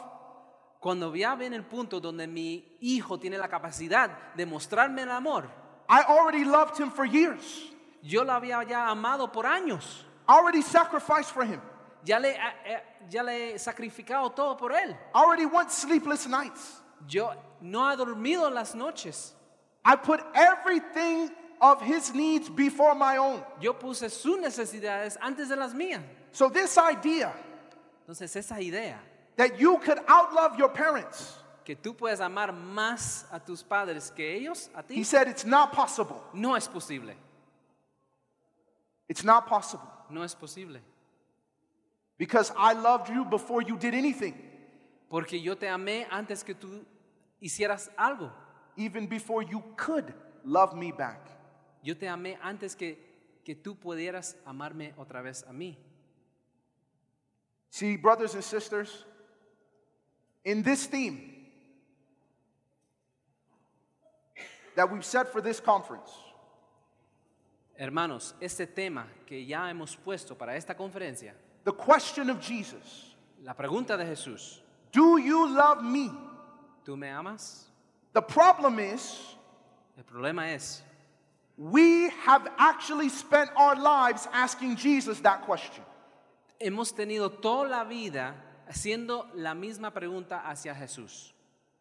Speaker 2: Cuando ya ven el punto donde mi hijo tiene la capacidad de mostrarme el amor,
Speaker 1: I already loved him for years.
Speaker 2: yo lo había ya amado por años,
Speaker 1: I already sacrificed for him.
Speaker 2: ya le, eh, eh, ya le he sacrificado todo por él.
Speaker 1: I already went sleepless nights.
Speaker 2: Yo no ha dormido las noches,
Speaker 1: I put everything of his needs before my own.
Speaker 2: yo puse sus necesidades antes de las mías.
Speaker 1: So this idea
Speaker 2: Entonces esa idea
Speaker 1: that you could outlove your parents,
Speaker 2: que tú puedes amar más a tus padres que ellos a ti
Speaker 1: he said it's not possible.
Speaker 2: no es posible
Speaker 1: It's not possible.
Speaker 2: no es posible
Speaker 1: Because I loved you before you did anything,
Speaker 2: porque yo te amé antes que tú hicieras algo
Speaker 1: even before you could love me back.
Speaker 2: yo te amé antes que, que tú pudieras amarme otra vez a mí
Speaker 1: See, brothers and sisters, in this theme, that we've set for this conference
Speaker 2: Hermanos, este tema que ya hemos puesto para esta conferencia,
Speaker 1: the question of Jesus
Speaker 2: la pregunta de Jesús,
Speaker 1: Do you love me?
Speaker 2: ¿tú me amas?
Speaker 1: The problem is,
Speaker 2: El problema es,
Speaker 1: we have actually spent our lives asking Jesus that question.
Speaker 2: hemos tenido toda la vida haciendo la misma pregunta hacia Jesús.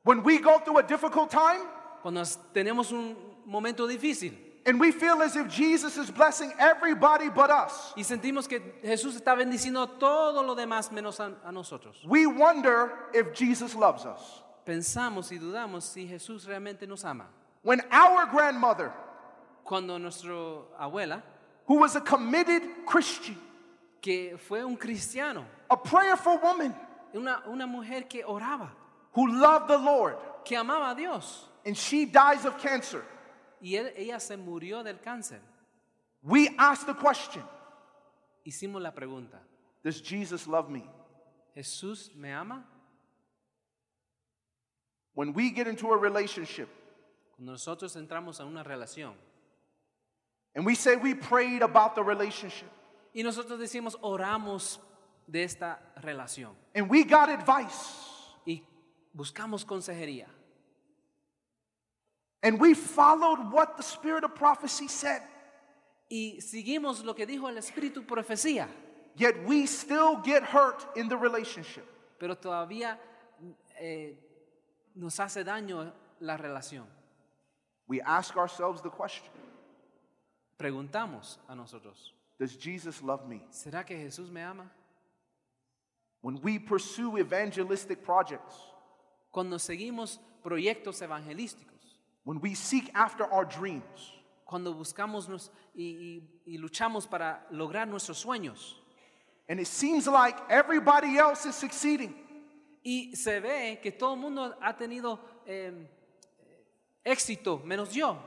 Speaker 1: When we go through a difficult time
Speaker 2: Cuando nos- tenemos un momento difícil
Speaker 1: and we feel as if Jesus is blessing everybody but us,
Speaker 2: y sentimos que Jesús está bendiciendo a todo lo demás menos a, a nosotros,
Speaker 1: we wonder if Jesus loves us.
Speaker 2: pensamos y dudamos si Jesús realmente nos ama.
Speaker 1: When our grandmother,
Speaker 2: Cuando nuestra abuela,
Speaker 1: who was a committed Christian,
Speaker 2: que fue un cristiano,
Speaker 1: a prayerful woman
Speaker 2: una, una mujer que oraba,
Speaker 1: who loved the Lord,
Speaker 2: que amaba a Dios,
Speaker 1: and she dies of cancer,
Speaker 2: y él- ella se murió del cáncer,
Speaker 1: we ask the question
Speaker 2: hicimos la pregunta,
Speaker 1: Does Jesus love me?
Speaker 2: ¿Jesús me ama?
Speaker 1: When we get into a relationship
Speaker 2: Cuando nosotros entramos a una relación
Speaker 1: and we say we prayed about the relationship
Speaker 2: y nosotros decimos oramos de esta relación
Speaker 1: and we got advice
Speaker 2: y buscamos consejería
Speaker 1: and we followed what the spirit of prophecy said,
Speaker 2: y seguimos lo que dijo el espíritu profecía,
Speaker 1: yet we still get hurt in the relationship,
Speaker 2: pero todavía eh, nos hace daño la relación.
Speaker 1: we ask ourselves the question
Speaker 2: Preguntamos a nosotros,
Speaker 1: Does Jesus love me?
Speaker 2: ¿será que Jesús me ama?
Speaker 1: When we pursue evangelistic projects,
Speaker 2: Cuando seguimos proyectos evangelísticos,
Speaker 1: when we seek after our dreams,
Speaker 2: cuando buscamos nos- y, y- y luchamos para lograr nuestros sueños.
Speaker 1: and it seems like everybody else is succeeding,
Speaker 2: Y se ve que todo el mundo ha tenido eh, éxito, menos yo.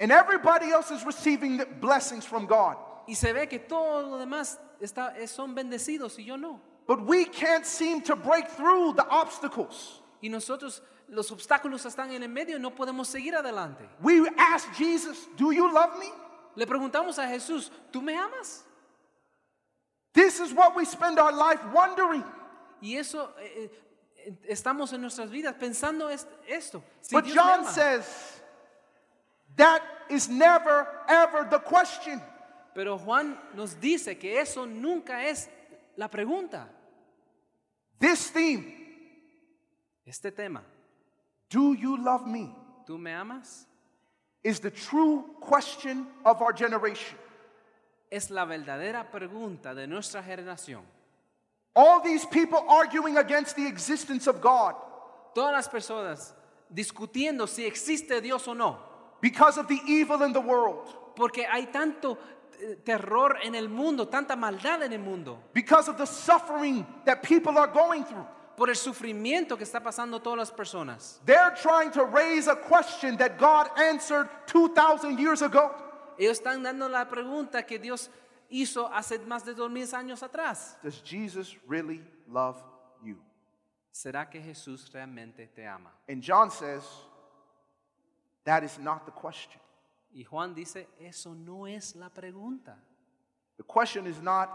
Speaker 1: and everybody else is receiving the blessings from God,
Speaker 2: Y se ve que todos los demás está- eh, son bendecidos y yo no.
Speaker 1: but we can't seem to break through the obstacles.
Speaker 2: Y nosotros, los obstáculos están en el medio y no podemos seguir adelante.
Speaker 1: We ask Jesus, Do you love me?
Speaker 2: Le preguntamos a Jesús, ¿tú me amas?
Speaker 1: This is what we spend our life wondering.
Speaker 2: Y eso, eh, eh, estamos en nuestras vidas pensando es- esto. Si
Speaker 1: but
Speaker 2: Dios me
Speaker 1: John
Speaker 2: ama.
Speaker 1: says, That is never, ever the question.
Speaker 2: Pero Juan nos dice que eso nunca es la pregunta.
Speaker 1: This theme,
Speaker 2: Este tema,
Speaker 1: Do you love me?
Speaker 2: ¿tú me amas?
Speaker 1: is the true question of our generation.
Speaker 2: Es la verdadera pregunta de nuestra generación.
Speaker 1: All these people arguing against the existence of God
Speaker 2: Todas las personas discutiendo si existe Dios o no,
Speaker 1: because of the evil in the world,
Speaker 2: porque hay tanto eh, terror en el mundo, tanta maldad en el mundo,
Speaker 1: because of the suffering that people are going through.
Speaker 2: por el sufrimiento que está pasando todas las personas.
Speaker 1: They're trying to raise a question that God answered 2,000 years ago.
Speaker 2: Ellos están dando la pregunta que Dios hizo hace más de dos mil años atrás.
Speaker 1: Does Jesus really love you?
Speaker 2: ¿Será que Jesús realmente te ama?
Speaker 1: And John says, that is not the question.
Speaker 2: Y Juan dice, eso no es la pregunta.
Speaker 1: The question is not,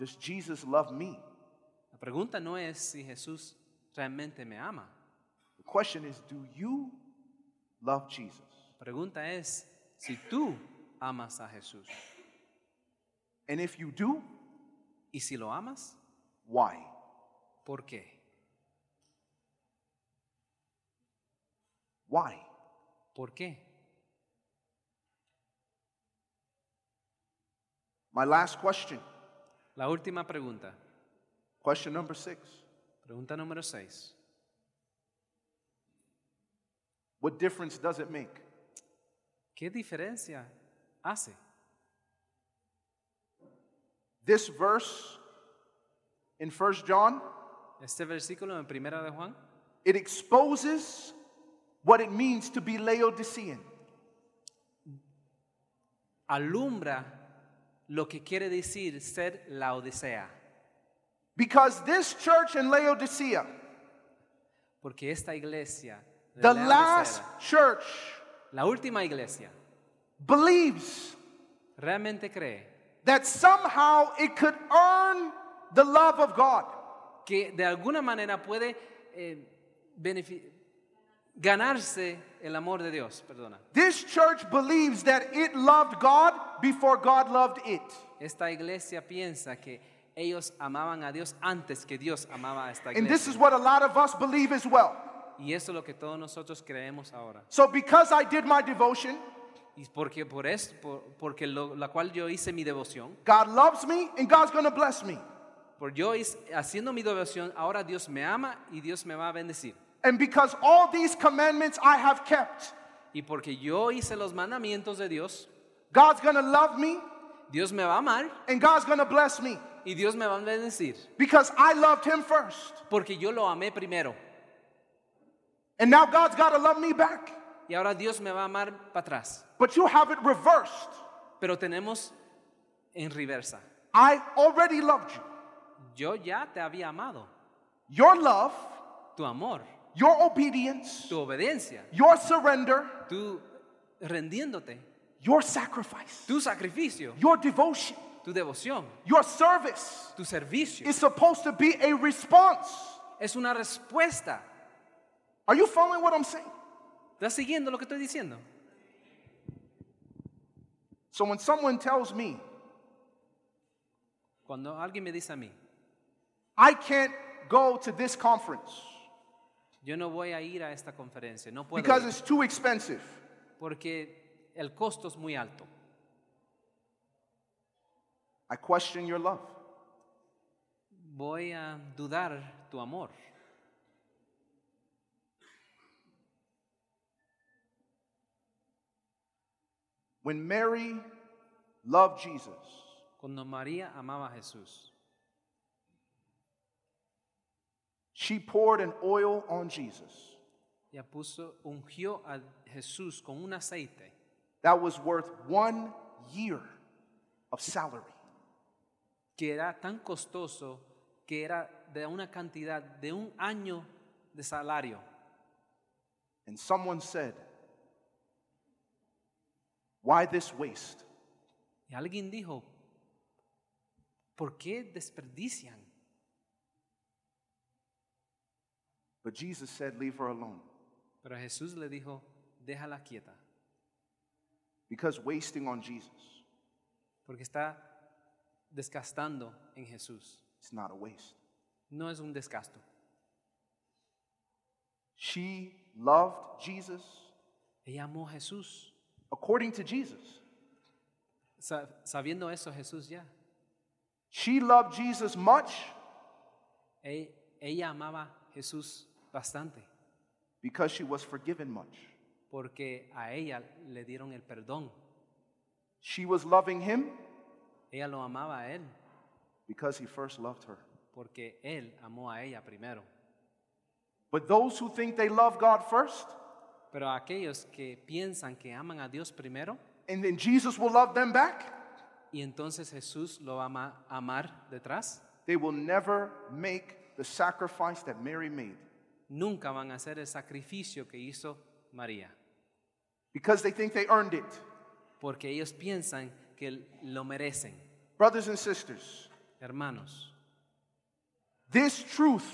Speaker 1: does Jesus love me?
Speaker 2: La pregunta no es si Jesús realmente me ama.
Speaker 1: The question is, do you love Jesus?
Speaker 2: La pregunta es si tú amas a Jesús.
Speaker 1: And if you do,
Speaker 2: Y si lo amas,
Speaker 1: why?
Speaker 2: ¿por qué?
Speaker 1: Why?
Speaker 2: ¿Por qué?
Speaker 1: My last question,
Speaker 2: La última pregunta,
Speaker 1: question number six.
Speaker 2: pregunta número 6.
Speaker 1: What difference does it make?
Speaker 2: ¿Qué diferencia hace?
Speaker 1: This verse in 1 John,
Speaker 2: Este versículo en primera de Juan
Speaker 1: it exposes what it means to be Laodicean.
Speaker 2: alumbra lo que quiere decir ser la odisea,
Speaker 1: Because this church in Laodicea,
Speaker 2: porque esta iglesia de
Speaker 1: the
Speaker 2: la
Speaker 1: last
Speaker 2: Odisea,
Speaker 1: church
Speaker 2: la última iglesia,
Speaker 1: believes
Speaker 2: realmente cree
Speaker 1: that somehow it could earn the love of God.
Speaker 2: que de alguna manera puede eh, benefi- ganarse el amor de Dios, perdona.
Speaker 1: This church believes that it loved God before God loved it.
Speaker 2: Esta iglesia piensa que ellos amaban a Dios antes que Dios amaba a esta
Speaker 1: And this
Speaker 2: iglesia.
Speaker 1: is what a lot of us believe as well.
Speaker 2: Y eso es lo que todos nosotros creemos ahora.
Speaker 1: So, because I did my devotion,
Speaker 2: Y porque por esto, por- porque lo- la cual yo hice mi devoción,
Speaker 1: God loves me and God's gonna bless me.
Speaker 2: por yo hice- haciendo mi devoción, ahora Dios me ama y Dios me va a bendecir.
Speaker 1: And because all these commandments I have kept,
Speaker 2: Y porque yo hice los mandamientos de Dios,
Speaker 1: God's gonna love me
Speaker 2: Dios me va a amar
Speaker 1: and God's gonna bless me
Speaker 2: y Dios me va a bendecir.
Speaker 1: because I loved Him first.
Speaker 2: Porque yo lo amé primero.
Speaker 1: And now God's gotta love me back.
Speaker 2: Y ahora Dios me va a amar para atrás.
Speaker 1: But you have it reversed.
Speaker 2: Pero tenemos en reversa.
Speaker 1: I already loved you.
Speaker 2: Yo ya te había amado.
Speaker 1: Your love,
Speaker 2: Tu amor,
Speaker 1: your obedience,
Speaker 2: tu obediencia,
Speaker 1: your surrender,
Speaker 2: tú rendiéndote,
Speaker 1: your sacrifice,
Speaker 2: tu sacrificio,
Speaker 1: your devotion,
Speaker 2: tu devoción,
Speaker 1: your service
Speaker 2: tu servicio.
Speaker 1: is supposed to be a response.
Speaker 2: Es una respuesta.
Speaker 1: Are you following what I'm saying?
Speaker 2: ¿Estás siguiendo lo que estoy diciendo?
Speaker 1: So when someone tells me,
Speaker 2: Cuando alguien me dice a mí,
Speaker 1: I can't go to this conference
Speaker 2: yo no voy a ir a esta conferencia, no puedo
Speaker 1: because
Speaker 2: ir,
Speaker 1: it's too expensive,
Speaker 2: porque el costo es muy alto.
Speaker 1: I question your love.
Speaker 2: Voy a dudar tu amor.
Speaker 1: When Mary loved Jesus,
Speaker 2: Cuando María amaba a Jesús,
Speaker 1: she poured an oil on Jesus
Speaker 2: ella puso, ungió a Jesús con un aceite
Speaker 1: that was worth one year of salary.
Speaker 2: que era tan costoso que era de una cantidad de un año de salario.
Speaker 1: And someone said, Why this waste?
Speaker 2: Y alguien dijo, ¿por qué desperdician?
Speaker 1: But Jesus said, Leave her alone.
Speaker 2: Pero Jesús le dijo, déjala quieta,
Speaker 1: Because wasting on Jesus
Speaker 2: porque está desgastando en Jesús.
Speaker 1: is not a waste.
Speaker 2: No es un desgasto.
Speaker 1: She loved Jesus
Speaker 2: Ella amó a Jesús.
Speaker 1: according to Jesus.
Speaker 2: Sa- sabiendo eso, Jesús ya.
Speaker 1: She loved Jesus much
Speaker 2: E- ella amaba a Jesús bastante,
Speaker 1: because she was forgiven much.
Speaker 2: porque a ella le dieron el perdón.
Speaker 1: She was loving him
Speaker 2: Ella lo amaba a él,
Speaker 1: because he first loved her.
Speaker 2: porque él amó a ella primero.
Speaker 1: But those who think they love God first
Speaker 2: Pero aquellos que piensan que aman a Dios primero,
Speaker 1: and then Jesus will love them back,
Speaker 2: y entonces Jesús lo ama amar detrás,
Speaker 1: they will never make the sacrifice that Mary made
Speaker 2: nunca van a hacer el sacrificio que hizo María,
Speaker 1: because they think they earned it.
Speaker 2: porque ellos piensan que lo merecen.
Speaker 1: Brothers and sisters,
Speaker 2: Hermanos,
Speaker 1: this truth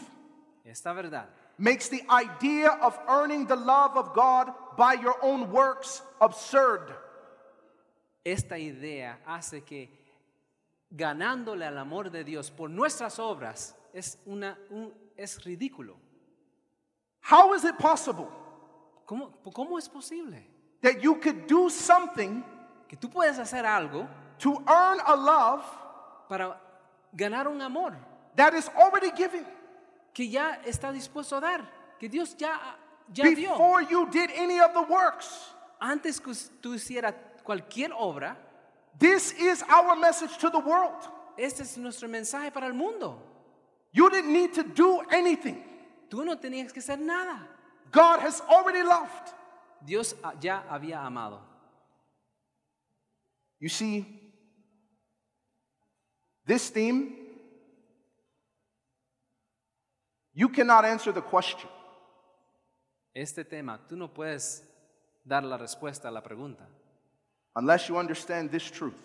Speaker 2: esta verdad
Speaker 1: makes the idea of earning the love of God by your own works absurd.
Speaker 2: Esta idea hace que ganándole al amor de Dios por nuestras obras es, una, un- es ridículo.
Speaker 1: How is it possible
Speaker 2: ¿Cómo, ¿Cómo es posible
Speaker 1: that you could do something
Speaker 2: que tú puedes hacer algo
Speaker 1: to earn a love
Speaker 2: para ganar un amor
Speaker 1: that is already given
Speaker 2: que ya está dispuesto a dar, que Dios ya, ya dio?
Speaker 1: before you did any of the works?
Speaker 2: Antes que tú hicieras cualquier obra,
Speaker 1: This is our message to the world.
Speaker 2: este es nuestro mensaje para el mundo.
Speaker 1: You didn't need to do anything.
Speaker 2: Tú no tenías que hacer nada.
Speaker 1: God has already loved.
Speaker 2: Dios ah, ya había amado.
Speaker 1: You see, this theme, you cannot answer the question.
Speaker 2: Este tema, tú no puedes dar la respuesta a la pregunta,
Speaker 1: unless you understand this truth.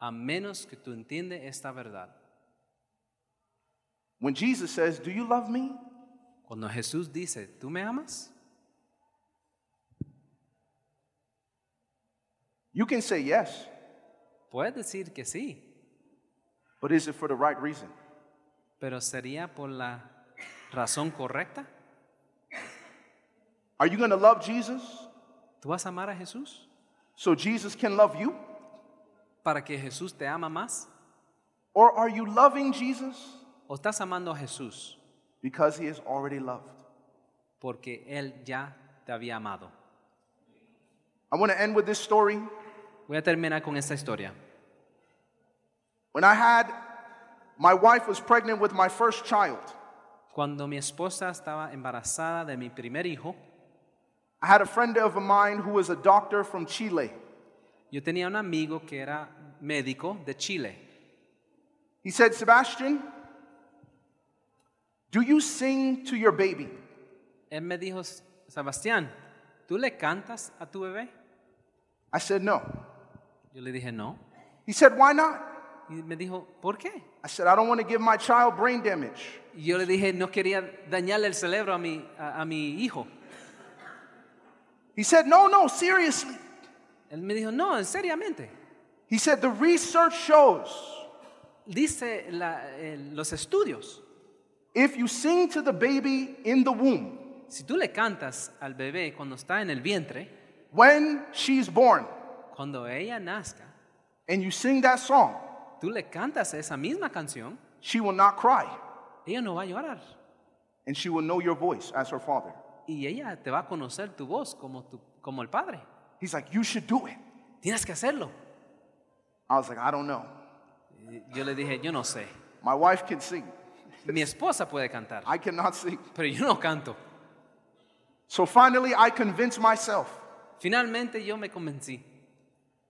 Speaker 2: a menos que tú entiendas esta verdad.
Speaker 1: When Jesus says, Do you love me?
Speaker 2: Cuando Jesús dice, ¿tú me amas?
Speaker 1: You can say yes,
Speaker 2: Puedes decir que sí,
Speaker 1: but is it for the right reason?
Speaker 2: pero ¿sería por la razón correcta?
Speaker 1: Are you going to love Jesus
Speaker 2: ¿Tú vas a amar a Jesús?
Speaker 1: so Jesus can love you?
Speaker 2: ¿Para que Jesús te ama más?
Speaker 1: Or are you loving Jesus
Speaker 2: ¿O estás amando a Jesús
Speaker 1: because he is already loved?
Speaker 2: porque Él ya te había amado?
Speaker 1: I want to end with this story.
Speaker 2: Voy a terminar con esta historia.
Speaker 1: When I had my wife was pregnant with my first child,
Speaker 2: Cuando mi esposa estaba embarazada de mi primer hijo,
Speaker 1: I had a friend of mine who was a doctor from Chile.
Speaker 2: yo tenía un amigo que era médico de Chile.
Speaker 1: He said, Sebastian, do you sing to your baby?
Speaker 2: Él me dijo, Sebastián, ¿tú le cantas a tu bebé?
Speaker 1: I said, no.
Speaker 2: Yo le dije, no.
Speaker 1: He said, why not?
Speaker 2: Y me dijo, ¿por qué?
Speaker 1: I said, I don't want to give my child brain damage.
Speaker 2: Y yo le dije, no quería dañarle el cerebro a mi, a, a mi hijo.
Speaker 1: He said, no, no, seriously.
Speaker 2: Él me dijo, no, seriamente.
Speaker 1: He said, the research shows
Speaker 2: Dice la- eh, los estudios,
Speaker 1: if you sing to the baby in the womb,
Speaker 2: si tú le cantas al bebé cuando está en el vientre,
Speaker 1: when she's born,
Speaker 2: cuando ella nazca,
Speaker 1: and you sing that song,
Speaker 2: tú le cantas esa misma canción,
Speaker 1: she will not cry,
Speaker 2: ella no va a llorar.
Speaker 1: and she will know your voice as her father.
Speaker 2: Y ella te va a conocer tu voz como, tu, como el padre.
Speaker 1: He's like, you should do it.
Speaker 2: Tienes que hacerlo.
Speaker 1: I was like, I don't know.
Speaker 2: Y Yo le dije, yo no sé.
Speaker 1: My wife can sing.
Speaker 2: Mi esposa puede cantar,
Speaker 1: I cannot sing.
Speaker 2: pero yo no canto.
Speaker 1: So finally, I convinced myself.
Speaker 2: Finalmente yo me convencí.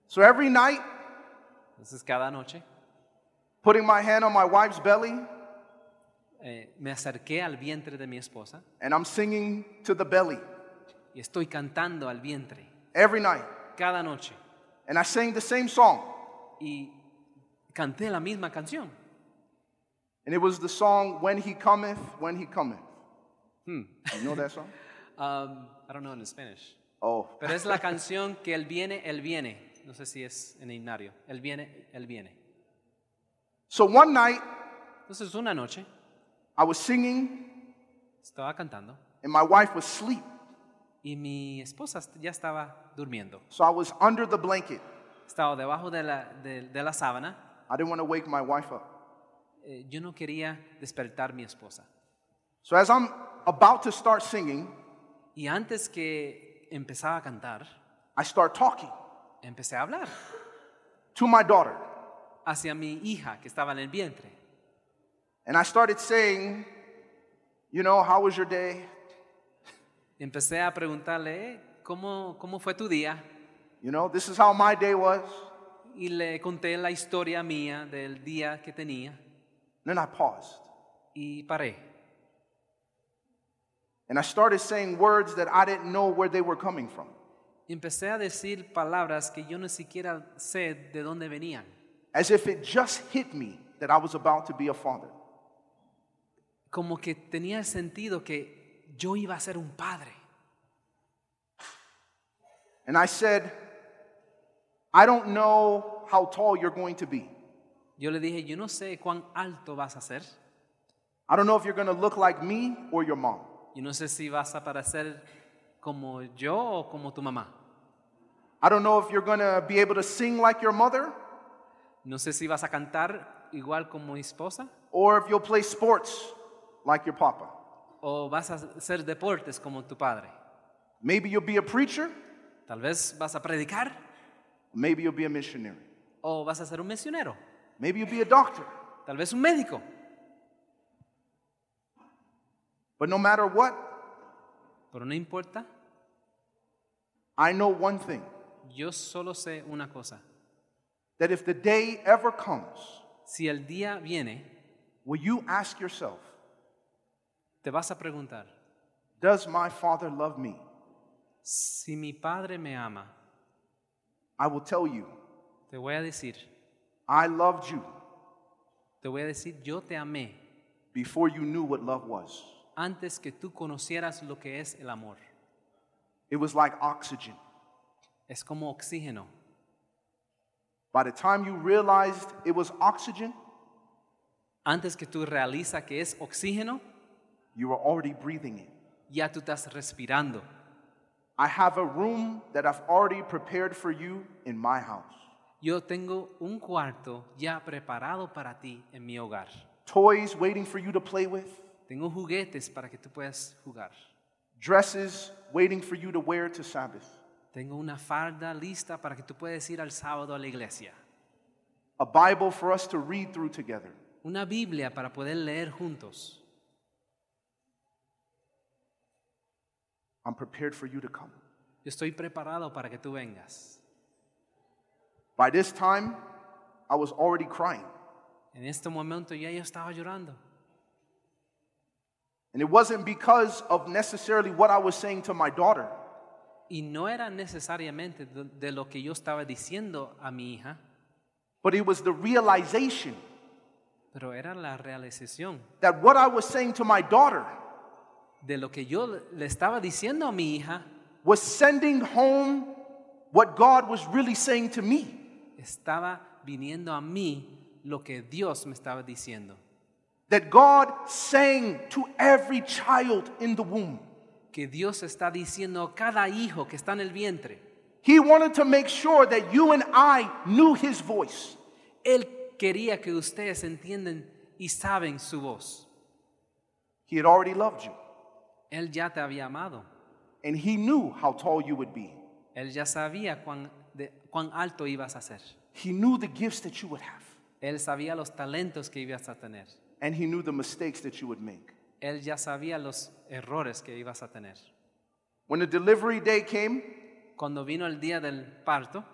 Speaker 1: So every night,
Speaker 2: Entonces cada noche
Speaker 1: putting my hand on my wife's belly,
Speaker 2: eh, me acerqué al vientre de mi esposa
Speaker 1: and I'm singing to the belly
Speaker 2: y estoy cantando al vientre
Speaker 1: every night.
Speaker 2: cada noche.
Speaker 1: And I sang the same song.
Speaker 2: Y canté la misma canción.
Speaker 1: And it was the song, When He Cometh, When He Cometh. You know that song?
Speaker 2: Um, Hmm. I don't know in Spanish.
Speaker 1: Oh.
Speaker 2: Pero es la canción que Él viene, Él viene. No sé si es en himnario. Él viene, Él viene.
Speaker 1: So one night,
Speaker 2: Entonces una noche
Speaker 1: I was singing,
Speaker 2: estaba cantando
Speaker 1: and my wife was asleep.
Speaker 2: y mi esposa ya estaba durmiendo.
Speaker 1: So I was under the blanket.
Speaker 2: Estaba debajo de la, de- de la sábana.
Speaker 1: I didn't want to wake my wife up.
Speaker 2: Eh, yo no quería despertar a mi esposa.
Speaker 1: So as I'm about to start singing,
Speaker 2: Y antes que empezaba a cantar,
Speaker 1: I start talking
Speaker 2: empecé a hablar
Speaker 1: to my daughter.
Speaker 2: hacia mi hija que estaba en el vientre.
Speaker 1: And I started saying, You know, how was your day?
Speaker 2: Empecé a preguntarle, "Eh, ¿cómo, cómo fue tu día?
Speaker 1: You know, this is how my day was.
Speaker 2: Y le conté la historia mía del día que tenía
Speaker 1: then I paused.
Speaker 2: y paré.
Speaker 1: And I started saying words that I didn't know where they were coming from.
Speaker 2: Empecé a decir palabras que yo ni siquiera sé de dónde venían,
Speaker 1: as if it just hit me that I was about to be a father.
Speaker 2: como que tenía el sentido que yo iba a ser un padre.
Speaker 1: And I said, I don't know how tall you're going to be.
Speaker 2: Yo le dije, yo no sé cuán alto vas a ser,
Speaker 1: I don't know if you're going to look like me or your mom.
Speaker 2: yo no sé si vas a parecer como yo o como tu mamá.
Speaker 1: I don't know if you're going to be able to sing like your mother
Speaker 2: No sé si vas a cantar igual como mi esposa
Speaker 1: or if you'll play sports like your papa.
Speaker 2: o vas a hacer deportes como tu padre.
Speaker 1: Maybe you'll be a preacher,
Speaker 2: Tal vez vas a predicar
Speaker 1: maybe you'll be a missionary.
Speaker 2: o vas a ser un misionero,
Speaker 1: Maybe you'll be a doctor.
Speaker 2: tal vez un médico.
Speaker 1: But no matter what,
Speaker 2: Pero no importa,
Speaker 1: I know one thing
Speaker 2: yo solo sé una cosa.
Speaker 1: that if the day ever comes,
Speaker 2: Si el día viene,
Speaker 1: will you ask yourself,
Speaker 2: te vas a preguntar,
Speaker 1: does my father love me?
Speaker 2: Si mi Padre me ama,
Speaker 1: I will tell you,
Speaker 2: te voy a decir,
Speaker 1: I loved you
Speaker 2: te voy a decir, yo te amé
Speaker 1: before you knew what love was.
Speaker 2: antes que tú conocieras lo que es el amor.
Speaker 1: It was like oxygen.
Speaker 2: Es como oxígeno.
Speaker 1: By the time you realized it was oxygen,
Speaker 2: Antes que tú realizas que es oxígeno,
Speaker 1: you were already breathing it.
Speaker 2: ya tú estás respirando.
Speaker 1: I have a room that I've already prepared for you in my house.
Speaker 2: Yo tengo un cuarto ya preparado para ti en mi hogar.
Speaker 1: Toys waiting for you to play with,
Speaker 2: Tengo juguetes para que tú puedas jugar.
Speaker 1: dresses waiting for you to wear to Sabbath,
Speaker 2: Tengo una farda lista para que tú puedas ir al sábado a la iglesia.
Speaker 1: a Bible for us to read through together.
Speaker 2: Una Biblia para poder leer juntos.
Speaker 1: I'm prepared for you to come.
Speaker 2: Yo estoy preparado para que tú vengas.
Speaker 1: By this time, I was already crying.
Speaker 2: En este momento ya yo estaba llorando.
Speaker 1: And it wasn't because of necessarily what I was saying to my daughter.
Speaker 2: Y no era necesariamente de- de lo que yo estaba diciendo a mi hija,
Speaker 1: But it was the realization
Speaker 2: pero era la realización
Speaker 1: that what I was saying to my daughter
Speaker 2: de lo que yo le le estaba diciendo a mi hija
Speaker 1: was sending home what God was really saying to me.
Speaker 2: estaba viniendo a mí lo que Dios me estaba diciendo.
Speaker 1: That God sang to every child in the womb.
Speaker 2: Que Dios está diciendo a cada hijo que está en el vientre.
Speaker 1: He wanted to make sure that you and I knew His voice.
Speaker 2: Él quería que ustedes entiendan y saben su voz.
Speaker 1: He had already loved you,
Speaker 2: Él ya te había amado.
Speaker 1: and He knew how tall you would be.
Speaker 2: Él ya sabía cuán, de- cuán alto ibas a ser.
Speaker 1: He knew the gifts that you would have,
Speaker 2: Él sabía los talentos que ibas a tener.
Speaker 1: and He knew the mistakes that you would make.
Speaker 2: Él ya sabía los errores que ibas a tener.
Speaker 1: When the delivery day came,
Speaker 2: Cuando vino el día del parto,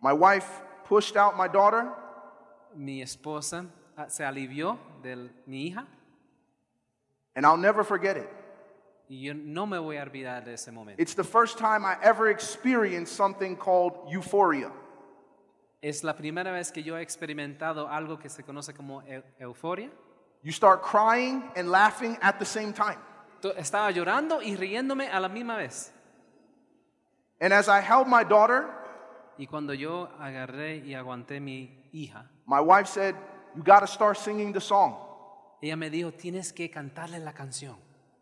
Speaker 1: my wife pushed out my daughter
Speaker 2: mi esposa ah, se alivió de mi hija
Speaker 1: And I'll never forget it.
Speaker 2: y yo no me voy a olvidar de ese momento.
Speaker 1: It's the first time I ever experienced something called euphoria.
Speaker 2: Es la primera vez que yo he experimentado algo que se conoce como eu- euforia.
Speaker 1: You start crying and laughing at the same time.
Speaker 2: To- Estaba llorando y riéndome a la misma vez.
Speaker 1: And as I held my daughter,
Speaker 2: Y cuando yo agarré y aguanté mi hija,
Speaker 1: my wife said, You gotta start singing the song.
Speaker 2: ella me dijo, tienes que cantarle la canción.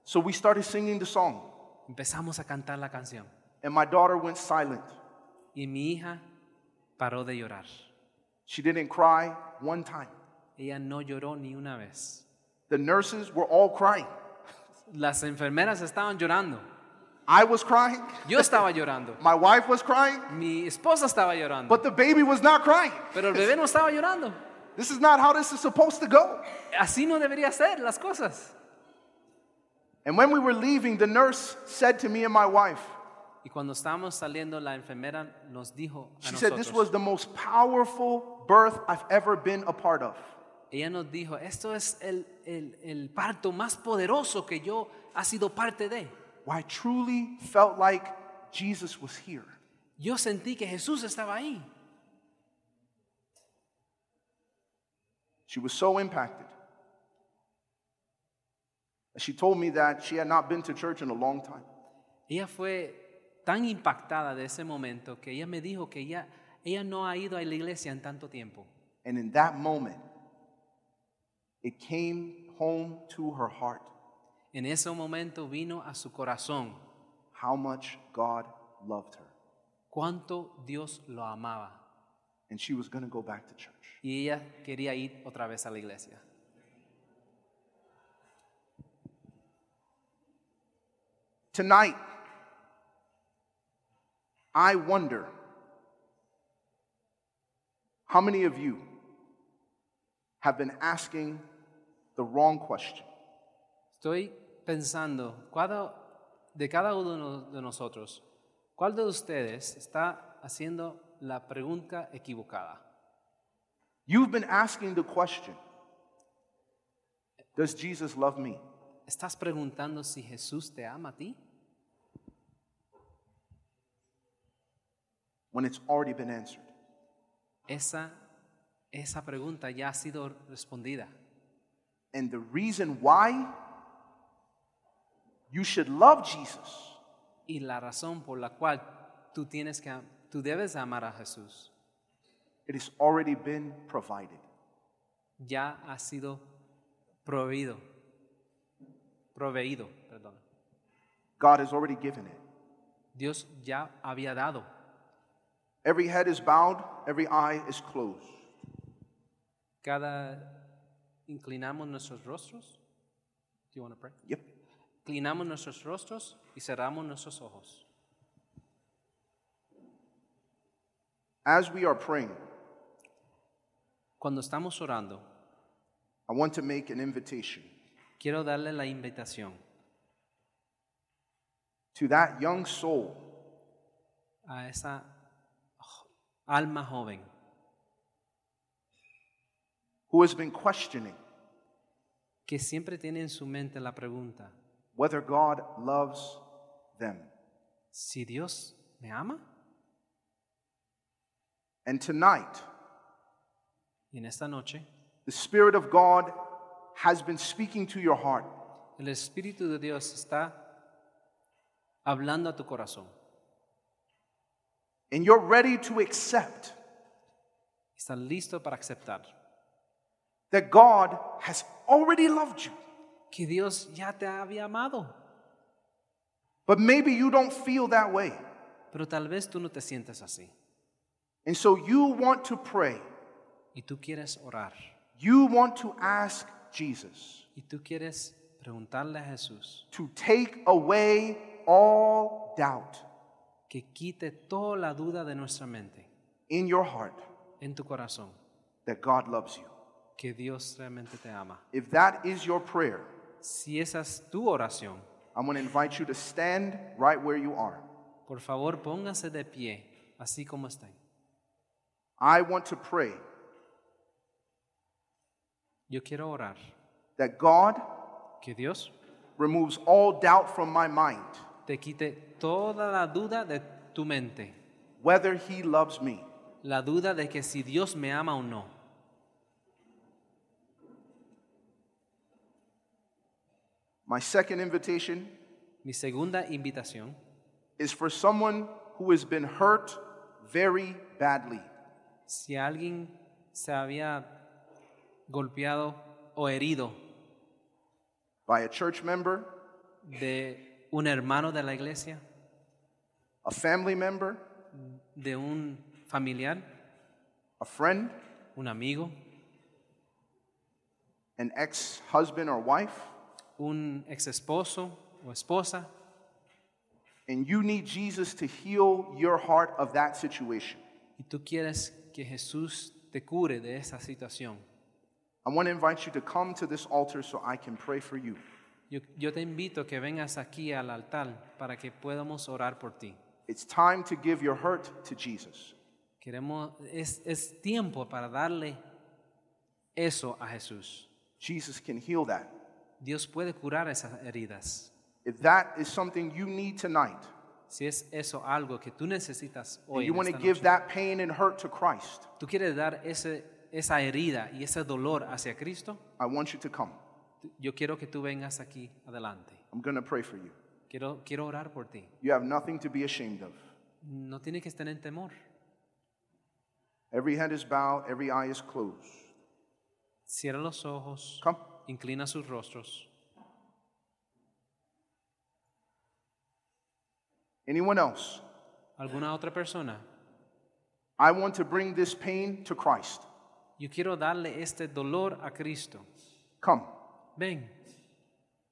Speaker 1: So we started singing the song,
Speaker 2: Empezamos a cantar la canción.
Speaker 1: and my daughter went silent.
Speaker 2: Y mi hija paró de llorar.
Speaker 1: She didn't cry one time.
Speaker 2: Ella no lloró ni una vez.
Speaker 1: The nurses were all crying.
Speaker 2: Las enfermeras estaban llorando.
Speaker 1: I was crying,
Speaker 2: Yo estaba llorando.
Speaker 1: my wife was crying,
Speaker 2: Mi esposa estaba llorando.
Speaker 1: but the baby was not crying.
Speaker 2: Pero el bebé no estaba llorando.
Speaker 1: This is not how this is supposed to go.
Speaker 2: Así no debería ser las cosas.
Speaker 1: And when we were leaving, the nurse said to me and my wife,
Speaker 2: Y cuando estábamos saliendo, la enfermera nos dijo a
Speaker 1: She said, This was
Speaker 2: nosotros.
Speaker 1: the most powerful birth I've ever been a part of.
Speaker 2: Ella nos dijo, esto es el, el- el parto más poderoso que yo ha sido parte de.
Speaker 1: Why I truly felt like Jesus was here.
Speaker 2: Yo sentí que Jesús estaba ahí.
Speaker 1: She was so impacted. She told me that she had not been to church in a long time.
Speaker 2: Ella fue tan impactada de ese momento que ella me dijo que ella, ella no ha ido a la iglesia en tanto tiempo.
Speaker 1: And in that moment, it came home to her heart
Speaker 2: En ese momento vino a su corazón
Speaker 1: how much God loved her.
Speaker 2: cuánto Dios lo amaba.
Speaker 1: And she was going to go back to church.
Speaker 2: Y ella quería ir otra vez a la iglesia.
Speaker 1: Tonight, I wonder how many of you have been asking the wrong question.
Speaker 2: Estoy pensando, cada- de cada uno de nosotros, ¿cuál de ustedes está haciendo la pregunta equivocada?
Speaker 1: You've been asking the question Does Jesus love me?
Speaker 2: ¿Estás preguntando si Jesús te ama a ti?
Speaker 1: when it's already been answered?
Speaker 2: Esa, esa pregunta ya ha sido respondida.
Speaker 1: And the reason why you should love Jesus
Speaker 2: Y la razón por la cual tú, tienes que, tú debes amar a Jesús
Speaker 1: It has already been provided.
Speaker 2: ya ha sido proveído. Proveído, perdón.
Speaker 1: God has already given it.
Speaker 2: Dios ya había dado.
Speaker 1: Every head is bowed, every eye is closed.
Speaker 2: Cada inclinamos nuestros rostros. Do you wanna pray?
Speaker 1: Yep.
Speaker 2: Inclinamos nuestros rostros y cerramos nuestros ojos.
Speaker 1: As we are praying,
Speaker 2: Cuando estamos orando,
Speaker 1: I want to make an invitation
Speaker 2: quiero darle la invitación
Speaker 1: to that young soul
Speaker 2: a esa jo- alma joven
Speaker 1: who has been questioning
Speaker 2: que siempre tiene en su mente la pregunta,
Speaker 1: whether God loves them.
Speaker 2: si Dios me ama,
Speaker 1: And tonight,
Speaker 2: y en esta noche
Speaker 1: the Spirit of God has been speaking to your heart.
Speaker 2: el Espíritu de Dios está hablando a tu corazón
Speaker 1: And you're ready to accept
Speaker 2: Estás listo para aceptar
Speaker 1: that God has already loved you.
Speaker 2: que Dios ya te había amado,
Speaker 1: But maybe you don't feel that way.
Speaker 2: pero tal vez tú no te sientes así
Speaker 1: And so you want to pray.
Speaker 2: y tú quieres orar
Speaker 1: You want to ask Jesus
Speaker 2: y tú quieres preguntarle a Jesús
Speaker 1: to take away all doubt
Speaker 2: que quite toda la duda de nuestra mente,
Speaker 1: in your heart
Speaker 2: en tu corazón,
Speaker 1: that God loves you.
Speaker 2: que Dios realmente te ama.
Speaker 1: If that is your prayer,
Speaker 2: Si esa es tu oración,
Speaker 1: I'm going to invite you to stand right where you are.
Speaker 2: por favor póngase de pie, así como están.
Speaker 1: I want to pray
Speaker 2: Yo quiero orar
Speaker 1: that God
Speaker 2: que Dios
Speaker 1: removes all doubt from my mind
Speaker 2: te quite toda la duda de tu mente,
Speaker 1: whether He loves me.
Speaker 2: la duda de que si Dios me ama o no.
Speaker 1: My second invitation
Speaker 2: Mi segunda invitación
Speaker 1: is for someone who has been hurt very badly.
Speaker 2: si alguien se había golpeado o herido
Speaker 1: by a church member,
Speaker 2: de un hermano de la iglesia,
Speaker 1: a family member,
Speaker 2: de un familiar,
Speaker 1: a friend,
Speaker 2: un amigo,
Speaker 1: an ex husband or wife,
Speaker 2: un ex esposo o esposa,
Speaker 1: and you need Jesus to heal your heart of that situation.
Speaker 2: y tú quieres que Jesús te cure de esa situación.
Speaker 1: I want to invite you to come to this altar so I can pray for you.
Speaker 2: Yo, yo te invito que vengas aquí al altar para que podamos orar por ti.
Speaker 1: It's time to give your hurt to Jesus.
Speaker 2: Queremos, es, es tiempo para darle eso a Jesús.
Speaker 1: Jesus can heal that.
Speaker 2: Dios puede curar esas heridas.
Speaker 1: If that is something you need tonight,
Speaker 2: Si es eso algo que tú necesitas
Speaker 1: and
Speaker 2: hoy,
Speaker 1: you
Speaker 2: en
Speaker 1: want to
Speaker 2: esta
Speaker 1: give
Speaker 2: noche,
Speaker 1: that pain and hurt to Christ,
Speaker 2: tú quieres dar ese, esa herida y ese dolor hacia Cristo,
Speaker 1: I want you to come.
Speaker 2: tú- yo quiero que tú vengas aquí adelante.
Speaker 1: I'm going to pray for you.
Speaker 2: Quiero, quiero orar por ti.
Speaker 1: You have nothing to be ashamed of.
Speaker 2: No tienes que estar en temor.
Speaker 1: Every head is bowed, every eye is closed.
Speaker 2: Cierra los ojos,
Speaker 1: Come.
Speaker 2: inclina sus rostros.
Speaker 1: Anyone else?
Speaker 2: ¿Alguna otra persona?
Speaker 1: I want to bring this pain to Christ.
Speaker 2: Yo quiero darle este dolor a Cristo.
Speaker 1: Come.
Speaker 2: Ven,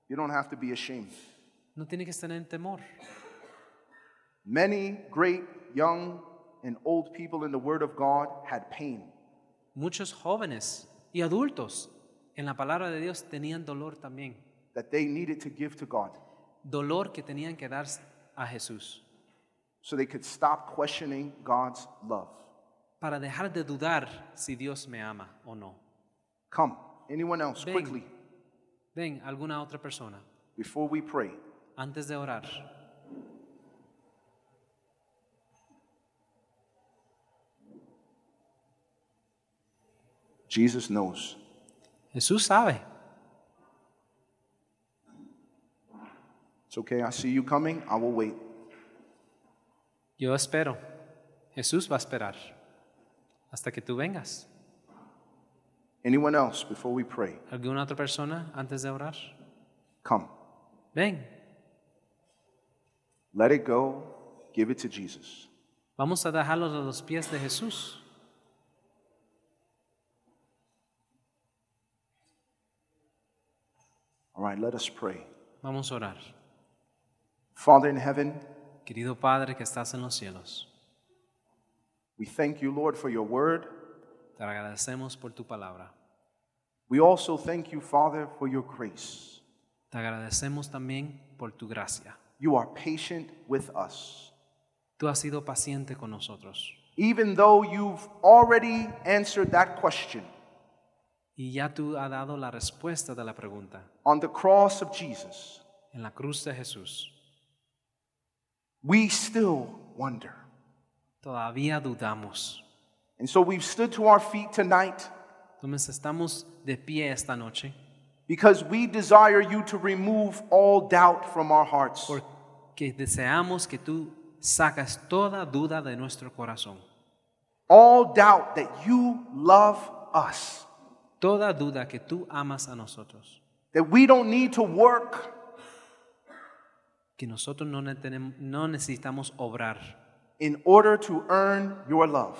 Speaker 1: You don't have to be ashamed.
Speaker 2: no tienes que estar en temor.
Speaker 1: Many great young and old people in the Word of God had pain.
Speaker 2: Muchos jóvenes y adultos en la palabra de Dios tenían dolor también.
Speaker 1: that they needed to give to God
Speaker 2: Dolor que tenían que dar a Jesús
Speaker 1: so they could stop questioning God's love.
Speaker 2: para dejar de dudar si Dios me ama o no.
Speaker 1: Come, anyone else,
Speaker 2: Ven.
Speaker 1: quickly,
Speaker 2: Ven, alguna otra persona,
Speaker 1: before we pray.
Speaker 2: antes de orar.
Speaker 1: Jesus knows.
Speaker 2: Jesús sabe.
Speaker 1: It's okay, I see you coming, I will wait.
Speaker 2: Yo espero. Jesús va a esperar hasta que tú vengas.
Speaker 1: Anyone else before we pray?
Speaker 2: ¿Alguna otra persona antes de orar?
Speaker 1: Come.
Speaker 2: Ven,
Speaker 1: Let it go, give it to Jesus.
Speaker 2: vamos a dejarlo a los pies de Jesús.
Speaker 1: All right, let us pray.
Speaker 2: Vamos a orar.
Speaker 1: Father in heaven,
Speaker 2: Querido Padre que estás en los cielos,
Speaker 1: we thank you, Lord, for your word.
Speaker 2: te agradecemos por tu palabra.
Speaker 1: We also thank you, Father, for your grace.
Speaker 2: Te agradecemos también por tu gracia.
Speaker 1: You are patient with us.
Speaker 2: Tú has sido paciente con nosotros
Speaker 1: Even though you've already answered that question
Speaker 2: y ya tú has dado la respuesta de la pregunta
Speaker 1: on the cross of Jesus,
Speaker 2: en la cruz de Jesús.
Speaker 1: we still wonder.
Speaker 2: Todavía dudamos.
Speaker 1: And so we've stood to our feet tonight
Speaker 2: Entonces estamos de pie esta noche
Speaker 1: because we desire you to remove all doubt from our hearts.
Speaker 2: porque deseamos que tú sacas toda duda de nuestro corazón.
Speaker 1: All doubt that you love us,
Speaker 2: Toda duda que tú amas a nosotros.
Speaker 1: that we don't need to work,
Speaker 2: que nosotros no, ne- tenem- no necesitamos obrar
Speaker 1: in order to earn your love.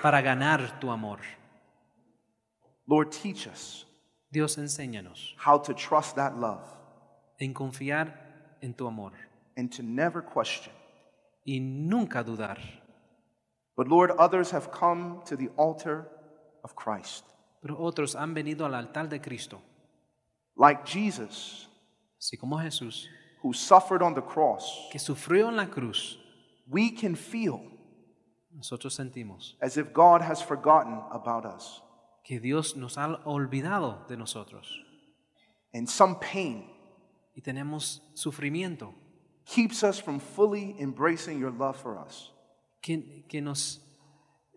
Speaker 2: para ganar tu amor.
Speaker 1: Lord, teach us
Speaker 2: Dios, enséñanos
Speaker 1: how to trust that love
Speaker 2: en confiar en tu amor
Speaker 1: and to never question.
Speaker 2: y nunca dudar.
Speaker 1: But Lord, others have come to the altar of Christ.
Speaker 2: Pero otros han venido al altar de Cristo,
Speaker 1: Like Jesus,
Speaker 2: así como Jesús,
Speaker 1: who suffered on the cross,
Speaker 2: que sufrió en la cruz.
Speaker 1: we can feel
Speaker 2: Nosotros sentimos
Speaker 1: as if God has forgotten about us.
Speaker 2: que Dios nos ha olvidado de nosotros
Speaker 1: And some pain
Speaker 2: y tenemos sufrimiento
Speaker 1: keeps us from fully embracing your love for us.
Speaker 2: que, que nos,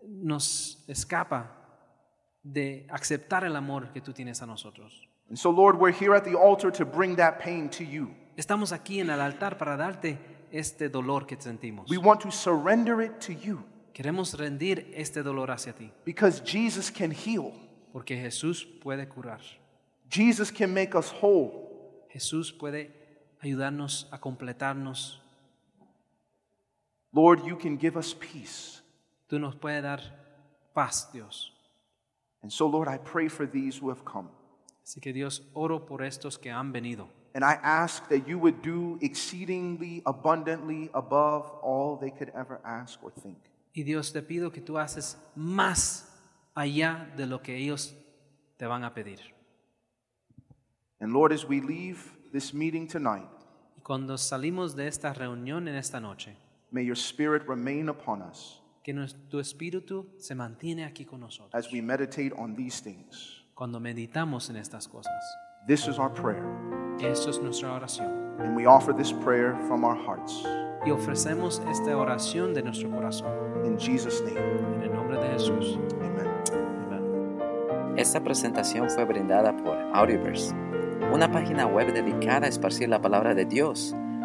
Speaker 2: nos escapa de aceptar el amor que tú tienes a nosotros.
Speaker 1: And so, Lord, we're here at the altar to bring that pain to you.
Speaker 2: Estamos aquí en el altar para darte este dolor que sentimos.
Speaker 1: We want to surrender it to you
Speaker 2: Queremos rendir este dolor hacia ti,
Speaker 1: because Jesus can heal.
Speaker 2: porque Jesús puede curar.
Speaker 1: Jesus can make us whole.
Speaker 2: Jesús puede ayudarnos a completarnos.
Speaker 1: Lord, you can give us peace.
Speaker 2: Tú nos puedes dar paz, Dios.
Speaker 1: And so, Lord, I pray for these who have come.
Speaker 2: Así que Dios, oro por estos que han venido.
Speaker 1: And I ask that you would do exceedingly abundantly above all they could ever ask or think.
Speaker 2: Y Dios, te pido que tú haces más allá de lo que ellos te van a pedir.
Speaker 1: And Lord, as we leave this meeting tonight,
Speaker 2: Y cuando salimos de esta reunión en esta noche,
Speaker 1: may your spirit remain upon us
Speaker 2: que nues- tu espíritu se mantiene aquí con nosotros.
Speaker 1: as we meditate on these things.
Speaker 2: cuando meditamos en estas cosas.
Speaker 1: This is our prayer,
Speaker 2: Eso es nuestra oración.
Speaker 1: and we offer this prayer from our hearts.
Speaker 2: Y ofrecemos esta oración de nuestro corazón.
Speaker 1: In Jesus' name,
Speaker 2: En el nombre de Jesús.
Speaker 1: amen.
Speaker 2: Amén.
Speaker 3: Esta presentación fue brindada por Audioverse, una página web dedicada a esparcir la palabra de Dios